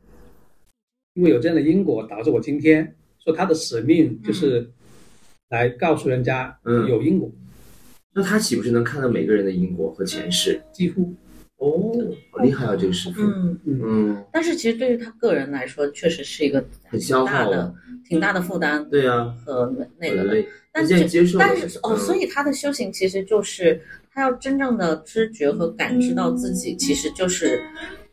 Speaker 3: 因为有这样的因果导致我今天。说他的使命就是来告诉人家
Speaker 1: 嗯，
Speaker 3: 有因果，
Speaker 1: 那他岂不是能看到每个人的因果和前世？
Speaker 3: 几乎
Speaker 1: 哦，好厉害啊，这个师傅，
Speaker 2: 嗯，
Speaker 1: 嗯，
Speaker 2: 但是其实对于他个人来说，确实是一个
Speaker 1: 很消
Speaker 2: 挺大
Speaker 1: 耗
Speaker 2: 的
Speaker 1: 啊，、
Speaker 2: 挺大的负担
Speaker 1: 对啊呀，
Speaker 2: 和那个
Speaker 1: 很
Speaker 2: 的。
Speaker 1: 累，
Speaker 2: 但
Speaker 1: 逐渐
Speaker 2: 是
Speaker 1: 接受了，
Speaker 2: 但是哦，所
Speaker 1: 以
Speaker 2: 以他的修行其实就是他要真正的知觉和感知到自己，其实就是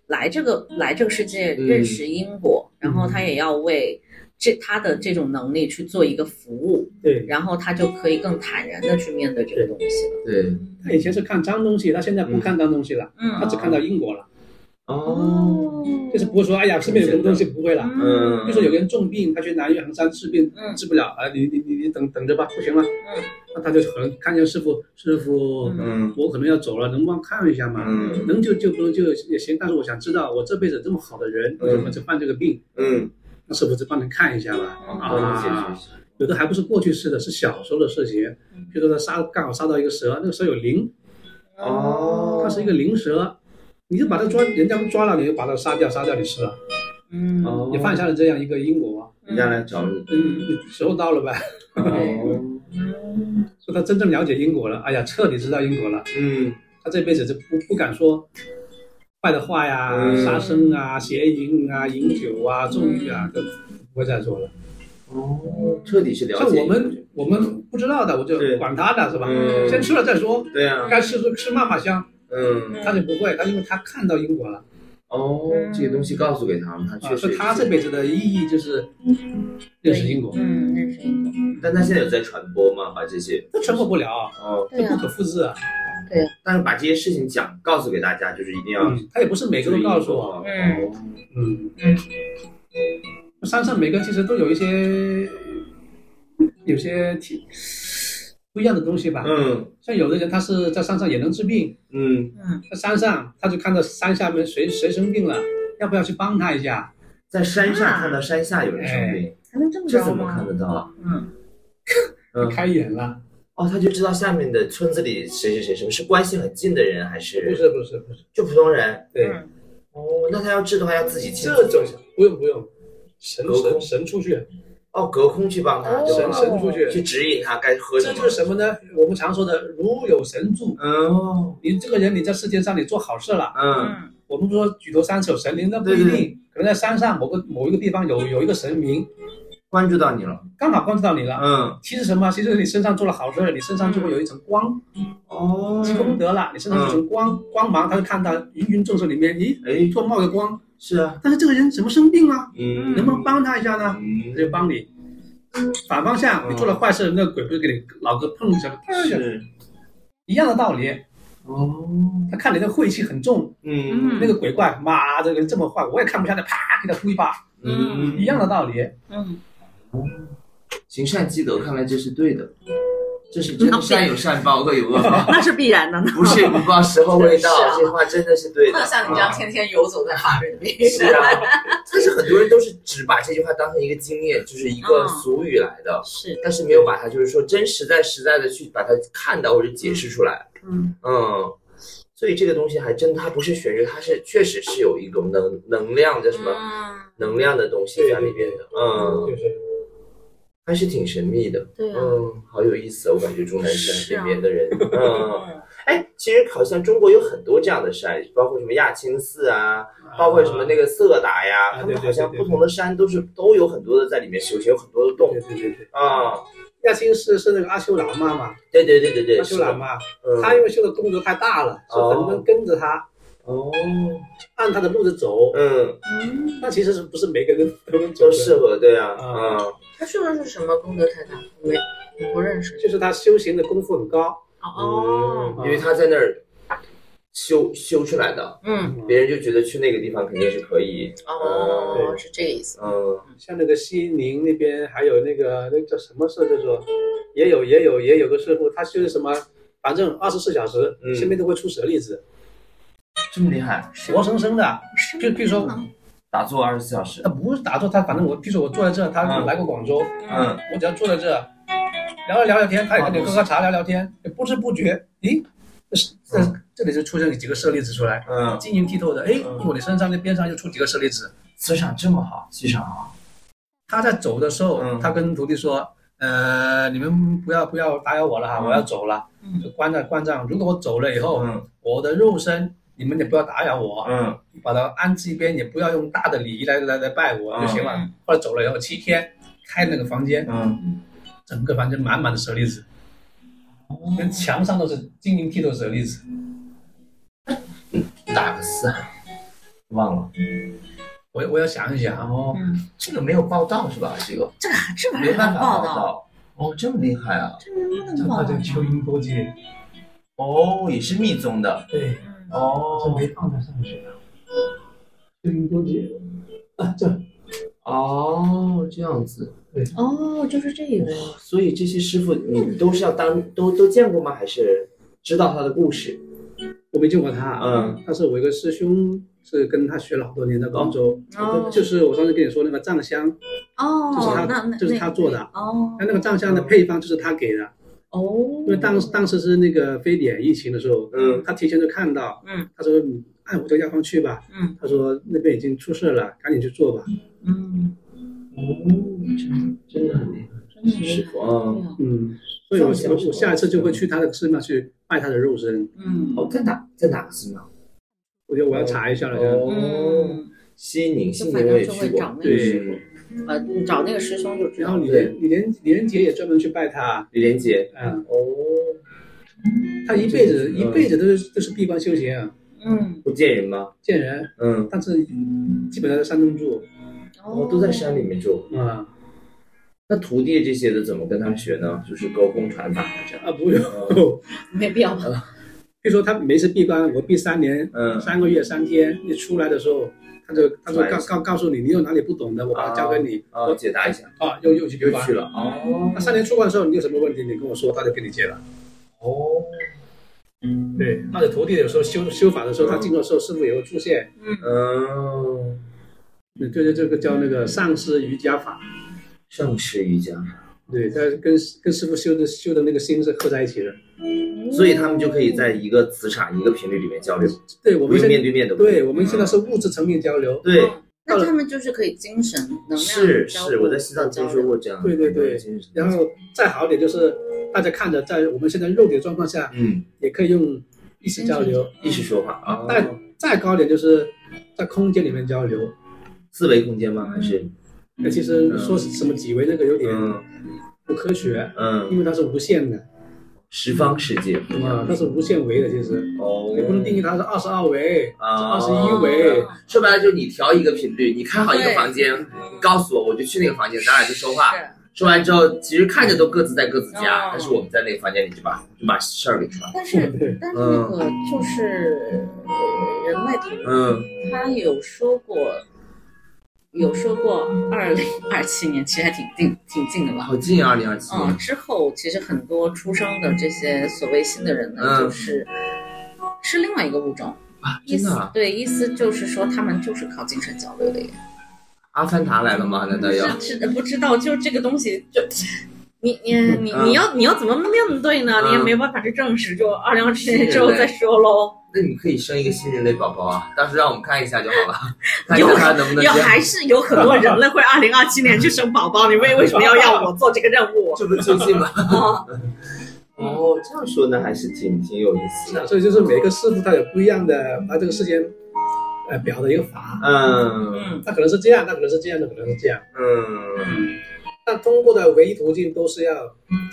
Speaker 2: 来这个来这个世界
Speaker 1: 嗯
Speaker 2: 认识因果，然后他也要为这他的这种能力去做一个服务，
Speaker 3: 对，
Speaker 2: 然后他就可以更坦然的去面对这个东西了。
Speaker 1: 对，
Speaker 3: 他以前是看脏东西，他现在不看脏东西了，他
Speaker 2: 嗯，
Speaker 3: 只看到因果了，
Speaker 1: 哦，
Speaker 3: 就是不会说哎呀，身边有什么东西不会了。
Speaker 1: 嗯，
Speaker 3: 就说有个人重病，他去南岳衡山治病
Speaker 2: 嗯，
Speaker 3: 治不了啊，你你你你等等着吧，不行了，
Speaker 2: 嗯
Speaker 3: 那他就可能看见师傅，师傅，
Speaker 2: 嗯
Speaker 1: 嗯
Speaker 3: 我可能要走了，能帮我看一下吗？
Speaker 1: 嗯
Speaker 3: 能就就不能就也行，但是我想知道，我这辈子这么好的人，
Speaker 1: 嗯
Speaker 3: 为什么就犯这个病？
Speaker 1: 嗯，
Speaker 3: 那是不是帮你看一下吧？
Speaker 2: 嗯
Speaker 1: 啊
Speaker 3: 啊，，有的还不是过去式的，是小时候的事情
Speaker 2: 嗯。
Speaker 3: 比如说他杀刚好杀到一个蛇，那个蛇有灵，
Speaker 1: 哦
Speaker 3: 它是一个灵蛇，你就把它抓，人家抓了，你就把它杀掉，杀掉你吃了，
Speaker 2: 嗯，
Speaker 1: 哦
Speaker 3: 你犯下了这样一个因果，
Speaker 1: 人家来找你，
Speaker 3: 嗯，你时候到了吧？
Speaker 1: 哦，
Speaker 2: 嗯
Speaker 3: 说他真正了解因果了，哎呀，彻底知道因果了，
Speaker 1: 嗯
Speaker 3: 他这辈子就不不敢说坏的话呀、
Speaker 1: 嗯
Speaker 3: 杀生啊、邪淫啊、饮酒啊、纵欲啊，都不会再做了。
Speaker 1: 哦，彻底是了
Speaker 3: 像
Speaker 1: 解，
Speaker 3: 我们我们不知道的，我就
Speaker 1: 对
Speaker 3: 管他的是吧？
Speaker 1: 嗯
Speaker 3: 先吃了再说，
Speaker 1: 对啊，
Speaker 3: 该吃就吃嘛嘛香，
Speaker 1: 嗯，
Speaker 3: 他就不会，他因为他看到因果了
Speaker 1: 哦，这个东西告诉给他了，他
Speaker 3: 啊，
Speaker 1: 确
Speaker 3: 所
Speaker 1: 实，
Speaker 3: 以他这辈子的意义就是认识因果，
Speaker 2: 嗯，认识因果，
Speaker 1: 但他现在有在传播吗？把这些，
Speaker 3: 他传播不了，
Speaker 1: 哦，
Speaker 3: 这
Speaker 2: 对
Speaker 3: 不
Speaker 2: 啊，
Speaker 3: 可复制啊。
Speaker 1: 但是把这些事情讲告诉给大家，就是一定要
Speaker 3: 嗯，他也不是每个都告诉我，
Speaker 2: 嗯
Speaker 3: 嗯
Speaker 2: 嗯，
Speaker 3: 山上每个其实都有一些有些挺不一样的东西吧。
Speaker 1: 嗯
Speaker 3: 像有的人他是在山上也能治病，
Speaker 1: 嗯，
Speaker 2: 嗯
Speaker 3: 在山上他就看到山下面谁谁生病了，要不要去帮他一下？
Speaker 1: 在山上看到山下有人生病，
Speaker 2: 还能这么
Speaker 1: 这
Speaker 2: 着
Speaker 1: 怎么看
Speaker 2: 吗？
Speaker 1: 得到啊？
Speaker 2: 嗯
Speaker 1: 嗯，
Speaker 3: 开眼了？
Speaker 1: 哦，他就知道下面的村子里谁谁谁什么是关系很近的人，还
Speaker 3: 不
Speaker 1: 是
Speaker 3: 是不是不是，
Speaker 1: 就普通人？
Speaker 3: 对，
Speaker 2: 嗯
Speaker 1: 哦，那他要治的话，要自己亲
Speaker 3: 这
Speaker 1: 自
Speaker 3: 种不用不用，神
Speaker 1: 隔空
Speaker 3: 神神出去，
Speaker 1: 哦，隔空去帮他，
Speaker 2: 哦
Speaker 1: 对
Speaker 3: 神
Speaker 1: 吧？
Speaker 3: 神出
Speaker 1: 去
Speaker 3: 去，
Speaker 1: 指引他该喝
Speaker 3: 啊
Speaker 1: 什
Speaker 3: 这就是
Speaker 1: 么。
Speaker 3: 什么呢？我们常说的如有神助。
Speaker 1: 嗯哦
Speaker 3: 你这个人，你在世界上你做好事了，
Speaker 1: 嗯
Speaker 2: 嗯
Speaker 3: 我们说举头三尺有神灵，那不一定，
Speaker 1: 对对
Speaker 3: 可能在山上某个某一个地方有有一个神明，
Speaker 1: 关注到你了。
Speaker 3: 刚好关注到你了。
Speaker 1: 嗯
Speaker 3: 其实什么？其实你身上做了好事，你身上就会有一层光，
Speaker 1: 哦
Speaker 3: 积功德了，你身上有一层光、光芒，他就看到芸芸众生里面，咦，
Speaker 1: 嗯哎，
Speaker 3: 做冒个光，
Speaker 1: 是啊，
Speaker 3: 但是这个人怎么生病了？
Speaker 1: 嗯
Speaker 3: 能不能帮他一下呢？他
Speaker 1: 嗯，
Speaker 3: 就帮你。反方向，
Speaker 1: 嗯
Speaker 3: 你做了坏事，那鬼不是给你老哥碰一下，啪一下
Speaker 1: 是
Speaker 3: 一样的道理。
Speaker 1: 哦，
Speaker 3: 他看你的晦气很重，
Speaker 1: 嗯
Speaker 3: 那个鬼怪，妈，这个人这么坏，我也看不下去，啪给他呼一巴，
Speaker 1: 嗯
Speaker 3: 一样的道理。
Speaker 2: 嗯，
Speaker 1: 行善积德，看来这是对的，这是真的善有善报，恶有恶报。
Speaker 2: 那是必然的，
Speaker 1: 不是不报，时候未到
Speaker 4: 是啊，
Speaker 1: 这话真的是对的。
Speaker 4: 像你这样天天游走在法律里，
Speaker 1: 是啊，但是很多人都是只把这句话当成一个经验，就是一个
Speaker 2: 嗯
Speaker 1: 俗语来的，
Speaker 2: 是
Speaker 1: 但是没有把它就是说真实在实在的去把它看到或者解释出来。
Speaker 4: 嗯
Speaker 1: 嗯，所以这个东西还真它不是玄学，它是确实是有一种能能量叫什么
Speaker 2: 嗯，
Speaker 1: 能量的东西在里面的。嗯，
Speaker 3: 就是
Speaker 1: 还是挺神秘的。
Speaker 2: 对啊，
Speaker 1: 嗯，好有意思，我感觉钟南
Speaker 2: 是
Speaker 1: 山
Speaker 2: 啊
Speaker 1: 里面的人，嗯， 哎，其实好像中国有很多这样的山，包括什么亚青寺啊，包括什么那个色达呀，
Speaker 3: 啊
Speaker 1: 他
Speaker 3: 对
Speaker 1: 们
Speaker 3: 对
Speaker 1: 好像
Speaker 3: 对对
Speaker 1: 不同的山都是都有很多的在里面修行，有很多的洞
Speaker 3: 对对对对，
Speaker 1: 啊，
Speaker 3: 亚青是是那个阿修喇嘛嘛，
Speaker 1: 对对对对对，嗯
Speaker 3: 阿修喇嘛，
Speaker 1: 是的，
Speaker 3: 他因为修的功德太大了，所以很多人跟着他，
Speaker 1: 嗯哦，
Speaker 3: 按他的路子走。
Speaker 1: 嗯，
Speaker 3: 那其实是不是每个人都能走
Speaker 1: 都
Speaker 3: 的？
Speaker 1: 适合，对啊，
Speaker 3: 啊
Speaker 1: 嗯，
Speaker 4: 他说的是什么功德太大？我没我不认识。
Speaker 3: 就是他修行的功夫很高，
Speaker 5: 哦
Speaker 1: 嗯，因为他在那儿修修出来的，
Speaker 4: 嗯，
Speaker 1: 别人就觉得去那个地方肯定是可以，
Speaker 4: 哦，是这个意思。
Speaker 1: 嗯，
Speaker 3: 像那个西宁那边还有那个那叫什么社，叫做也有也有也有个师傅，他修的什么，反正二十四小时
Speaker 1: 嗯
Speaker 3: 身边都会出舍利子，
Speaker 1: 这么厉害，
Speaker 3: 活生生的。
Speaker 2: 是
Speaker 3: 就比如说，
Speaker 1: 打坐二十四小时
Speaker 3: 他，不是打坐，他反正我，比如说我坐在这，他
Speaker 1: 嗯
Speaker 3: 来过广州，
Speaker 1: 嗯。
Speaker 3: 我只要坐在这，聊聊聊聊天，他也跟你喝喝茶聊聊天，也不知不觉，咦，这是这这里就出现几个舍利子出来，
Speaker 1: 嗯，
Speaker 3: 晶莹剔透的，哎，
Speaker 1: 嗯
Speaker 3: 一我的身上那边上又出几个舍利子。
Speaker 1: 磁场这么好，气场好，
Speaker 3: 他在走的时候，
Speaker 1: 嗯
Speaker 3: 他跟徒弟说，呃，你们不要不要打扰我了哈，
Speaker 1: 嗯
Speaker 3: 我要走了，
Speaker 2: 嗯
Speaker 3: 就关上关上。如果我走了以后，
Speaker 1: 嗯
Speaker 3: 我的肉身你们也不要打扰我，
Speaker 4: 嗯
Speaker 3: 你把它安置一边，也不要用大的礼仪来来来拜我就行了。
Speaker 5: 嗯
Speaker 3: 后来走了以后，七天开那个房间，
Speaker 4: 嗯，
Speaker 3: 整个房间满满的舍利子，连墙上都是晶莹剔透的舍利子。
Speaker 1: 打个四啊，
Speaker 4: 忘了，
Speaker 3: 我我要想一想哦，
Speaker 5: 嗯，
Speaker 1: 这个没有报道是吧？这个
Speaker 5: 这个这玩意
Speaker 4: 没
Speaker 5: 儿
Speaker 4: 办
Speaker 5: 能
Speaker 4: 法
Speaker 5: 报
Speaker 4: 报
Speaker 5: 道，
Speaker 4: 道。哦，这么厉害啊！
Speaker 5: 这能
Speaker 3: 这
Speaker 5: 报
Speaker 3: 大
Speaker 5: 道
Speaker 3: 家
Speaker 5: 吗
Speaker 3: 秋音多见，
Speaker 4: 哦，也是密宗的。
Speaker 3: 对，
Speaker 5: 嗯
Speaker 3: 这
Speaker 4: 哦
Speaker 3: 没放在上去啊的。秋音多见啊，这
Speaker 1: 哦，这样子，
Speaker 5: 哦，就是这个呀。
Speaker 4: 所以这些师傅你你都是要当都都见过吗？还是知道他的故事？
Speaker 3: 我没见过他，
Speaker 4: 嗯，
Speaker 3: 但是我有个师兄是跟他学了好多年的广州，
Speaker 5: 哦
Speaker 3: 就是我上次跟你说那个藏香，
Speaker 4: 嗯
Speaker 3: 就是
Speaker 5: 哦
Speaker 3: 他，
Speaker 5: 那那
Speaker 3: 就是
Speaker 5: 那
Speaker 3: 他做的
Speaker 5: 哦，
Speaker 3: 那那个藏香的配方就是他给的，
Speaker 5: 哦，
Speaker 3: 因为当
Speaker 2: 嗯
Speaker 3: 当时是那个非典疫情的时候，
Speaker 4: 嗯
Speaker 3: 他提前就看到，
Speaker 5: 嗯，
Speaker 3: 他说你按我这个药方去吧，
Speaker 5: 嗯，
Speaker 3: 他说那边已经出事了，赶紧去做吧，
Speaker 5: 嗯，
Speaker 2: 嗯
Speaker 4: 真的很厉
Speaker 5: 真的厉
Speaker 4: 师
Speaker 5: 害
Speaker 4: 傅，嗯，
Speaker 3: 嗯，所以我
Speaker 4: 藏香
Speaker 3: 我我下一次就会去他的寺庙去拜他的肉身，
Speaker 5: 嗯
Speaker 4: 哦，在哪在哪个寺庙？
Speaker 3: 我觉得我要查一下了，就
Speaker 4: 哦，
Speaker 5: 嗯，
Speaker 4: 西宁，
Speaker 2: 就
Speaker 4: 西
Speaker 2: 反
Speaker 4: 宁我也
Speaker 2: 正就
Speaker 4: 去
Speaker 2: 会
Speaker 4: 过
Speaker 2: 长，那
Speaker 3: 个
Speaker 4: 去过。
Speaker 2: 呃，你找那个师兄就知
Speaker 3: 然
Speaker 2: 道
Speaker 3: 后
Speaker 2: 了。
Speaker 3: 李连李连李连杰也专门去拜他，
Speaker 4: 李连杰，
Speaker 3: 嗯，
Speaker 4: 哦，
Speaker 3: 他一辈子
Speaker 4: 嗯
Speaker 3: 一辈子都是都是闭关修行啊，
Speaker 5: 嗯，
Speaker 4: 不见人吗？
Speaker 3: 见人，
Speaker 4: 嗯，
Speaker 3: 但是基本上在山东住，
Speaker 2: 嗯
Speaker 4: 我哦都在
Speaker 2: 哦
Speaker 4: 山里面住。
Speaker 3: 啊
Speaker 4: 那徒弟这些的怎么跟他们学呢？就是沟通传法这样。
Speaker 3: 啊不用，
Speaker 2: 没必要。
Speaker 3: 比如说他每次闭关，我闭三年，
Speaker 4: 嗯
Speaker 3: 三个月三天，你出来的时候，他就他就
Speaker 4: 出来
Speaker 3: 告
Speaker 4: 一次
Speaker 3: 告告诉你，你有哪里不懂的，我把它交给你，
Speaker 4: 啊，解答一下，
Speaker 3: 啊，又又去闭
Speaker 4: 又
Speaker 3: 关
Speaker 4: 去。了。哦
Speaker 3: 那三年出关的时候，你有什么问题，你跟我说，他就给你解了。
Speaker 4: 哦，
Speaker 3: 对，那你徒弟有时候修修法的时候，他静坐的时候，师傅也会出现。
Speaker 4: 嗯，
Speaker 3: 对对，这个叫那个上师瑜伽法。
Speaker 4: 盛世瑜伽，
Speaker 3: 对，他跟跟师傅修的修的那个心是合在一起的。
Speaker 4: 所以他们就可以在一个磁场、一个频率里面交流，
Speaker 3: 对我
Speaker 4: 不
Speaker 3: 们现
Speaker 4: 用面
Speaker 3: 在，
Speaker 4: 对面的。嗯
Speaker 3: 对我们现在是物质层面交流。
Speaker 4: 对
Speaker 2: 哦那他们就是可以精神能量
Speaker 4: 是
Speaker 2: 交
Speaker 4: 是，
Speaker 2: 互
Speaker 4: 我在西藏听说过这样的。
Speaker 3: 对对对然后再好一点就是，大家看着在我们现在肉体的状况下，
Speaker 4: 嗯，
Speaker 3: 也可以用意识交流。
Speaker 4: 意识说话啊，
Speaker 3: 再再高一点就是在空间里面交流。
Speaker 4: 四维空间吗？还是
Speaker 3: 那其实说是什么几维那个有点
Speaker 4: 嗯
Speaker 3: 不科学，因
Speaker 4: 嗯
Speaker 3: 为它是无限的
Speaker 4: 十方世界
Speaker 3: 啊，它是无限维的。其实
Speaker 4: 哦
Speaker 3: 你不能定义它是二十二维，
Speaker 4: 啊，
Speaker 2: 嗯
Speaker 3: 二十一维。
Speaker 1: 说白了就是你调一个频率，你开好一个房间，
Speaker 2: 嗯
Speaker 1: 你告诉我，我就去那个房间，咱俩就说话。
Speaker 2: 是
Speaker 1: 说完之后，其实看着都各自在各自家，
Speaker 2: 哦
Speaker 1: 但是我们在那个房间里就把就把事儿给传。
Speaker 2: 但
Speaker 3: 嗯
Speaker 2: 是但是那个就是呃人类图，
Speaker 4: 嗯，
Speaker 2: 他有说过，有说过二零二七年，其实还挺近挺近的吧。
Speaker 1: 好近啊，二零二七
Speaker 2: 嗯，
Speaker 1: 年，
Speaker 2: 之后其实很多出生的这些所谓新的人呢，
Speaker 1: 嗯
Speaker 2: 就是是另外一个物种。
Speaker 1: 啊，
Speaker 2: 意
Speaker 1: 真
Speaker 2: 思
Speaker 1: 的啊，
Speaker 2: 对，意思就是说他们就是靠精神交流的耶。
Speaker 1: 阿凡达来了吗？难道要？
Speaker 2: 是啊是，不知道，就这个东西就。你你你
Speaker 1: 嗯
Speaker 2: 你要你要怎么面对呢？你也
Speaker 1: 嗯
Speaker 2: 没办法去证实，就二零二七年之后再说喽。
Speaker 1: 那你可以生一个新人类宝宝啊，到时候让我们看一下就好了，看一下他能不能
Speaker 2: 要
Speaker 1: 接。
Speaker 2: 还是有很多人类会二零二七年去生宝宝，你为为什么要要我做这个任 务？
Speaker 1: 这不是最近吗？
Speaker 2: 啊，
Speaker 4: 哦，这样说呢，还是挺挺有意思的。
Speaker 3: 所以就是每个师傅他有不一样的把这个世间呃表的一个法，
Speaker 4: 嗯
Speaker 2: 嗯
Speaker 3: 他可能是这样，他可能是这样，他可能是这样。
Speaker 4: 嗯
Speaker 3: 但通过的唯一途径都是要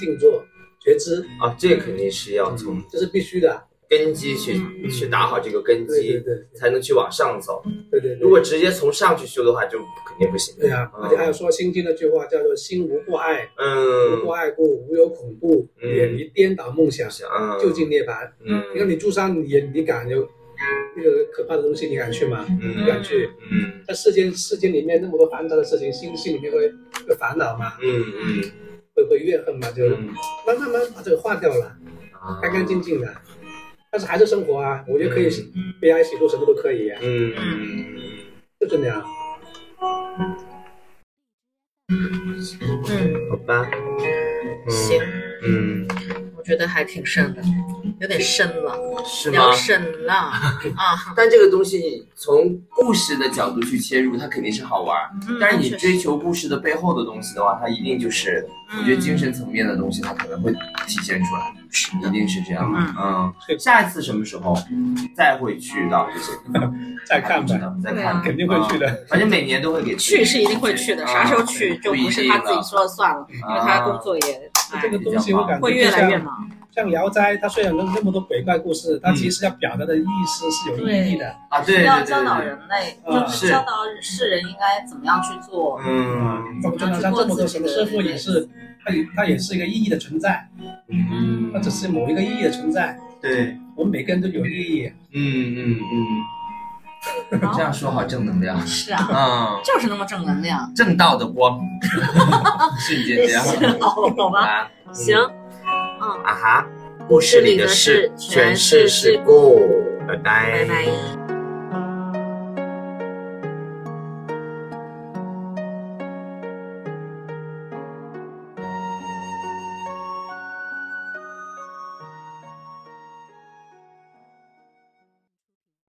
Speaker 3: 静坐觉知，
Speaker 4: 啊，这肯定是要从
Speaker 3: 这是必须的。
Speaker 4: 根基去去打好这个根
Speaker 3: 对嗯对
Speaker 4: 基，
Speaker 3: 对
Speaker 4: 才能去往上走。
Speaker 3: 对对
Speaker 4: 如
Speaker 3: 对。
Speaker 1: 果
Speaker 4: 果嗯直接从上去修的话，就肯定不行。
Speaker 3: 对啊，而且还有说《心经》那句话叫做“心无挂碍，无
Speaker 4: 嗯
Speaker 3: 挂碍故，无有恐怖，
Speaker 4: 嗯
Speaker 3: 远离颠倒梦想，
Speaker 4: 嗯，
Speaker 3: 就近涅槃”。
Speaker 4: 嗯
Speaker 3: 你看你住山，你你敢有那个可怕的东西，你敢去吗？
Speaker 4: 嗯
Speaker 3: 不敢去。
Speaker 4: 嗯
Speaker 3: 在世间世间里面那么多繁杂的事情，心心里面会会烦恼嘛，
Speaker 4: 嗯
Speaker 3: 会会怨恨嘛，就
Speaker 4: 嗯
Speaker 3: 慢慢慢把这个化掉了，
Speaker 4: 啊
Speaker 3: 干干净净的。但是还是生活啊，我觉得可以悲哀喜怒什么都可以啊，
Speaker 4: 嗯，
Speaker 3: 就这样。
Speaker 2: 嗯，
Speaker 4: 好吧，
Speaker 2: 行，
Speaker 4: 嗯，
Speaker 2: 我觉得还挺深的，有点深了，
Speaker 1: 是吗
Speaker 2: 聊？深了 啊。
Speaker 1: 但这个东西从故事的角度去切入，它肯定是好玩儿。
Speaker 2: 嗯
Speaker 1: 但是你
Speaker 2: 确实
Speaker 1: 追求故
Speaker 2: 嗯
Speaker 1: 事的背后的东西的话，它一定就是，我觉得精神层面的东西，它可能会体现出来。是
Speaker 4: 一
Speaker 1: 的，
Speaker 4: 定是这样的。嗯，
Speaker 3: 嗯
Speaker 4: 下一次什么时候再会去到这些地方？
Speaker 3: 再看
Speaker 4: 不知
Speaker 3: 吧，
Speaker 4: 道，再
Speaker 2: 对
Speaker 4: 看
Speaker 2: 啊
Speaker 4: 吧，
Speaker 3: 肯定会去的。
Speaker 4: 反正每年都会给自己
Speaker 2: 去是一定会去的，啥时候
Speaker 4: 啊
Speaker 2: 去就不是他自己说了算了，因为他工作也
Speaker 3: 这个
Speaker 2: 哎
Speaker 3: 东西我感觉
Speaker 2: 会
Speaker 3: 就
Speaker 2: 越来越
Speaker 3: 像
Speaker 2: 忙。
Speaker 3: 像《聊斋》，它虽然有那么多鬼怪故事，它
Speaker 4: 嗯
Speaker 3: 其实要表达的意思是有意义的。
Speaker 4: 啊，对
Speaker 2: 要
Speaker 4: 对
Speaker 2: 教导
Speaker 4: 对对，
Speaker 2: 人类，
Speaker 3: 嗯
Speaker 2: 就是
Speaker 4: 是
Speaker 2: 教导世人应该怎么样去做，
Speaker 4: 嗯，
Speaker 3: 我们传统上这么多什么师傅也是，它也它也是一个意义的存在，
Speaker 2: 嗯
Speaker 3: 它只是某一个意义的存在。
Speaker 4: 对，
Speaker 3: 我们每个人都有意义，
Speaker 4: 嗯嗯嗯， 这样说好正能量，
Speaker 2: 是啊，
Speaker 4: 嗯，
Speaker 2: 就是那么正能量。
Speaker 4: 正道的光， 瞬间这样
Speaker 2: 好吧，
Speaker 4: 啊
Speaker 2: 行，嗯
Speaker 4: 啊哈，
Speaker 2: 故事里的事全是事
Speaker 4: 故，拜
Speaker 2: 拜拜。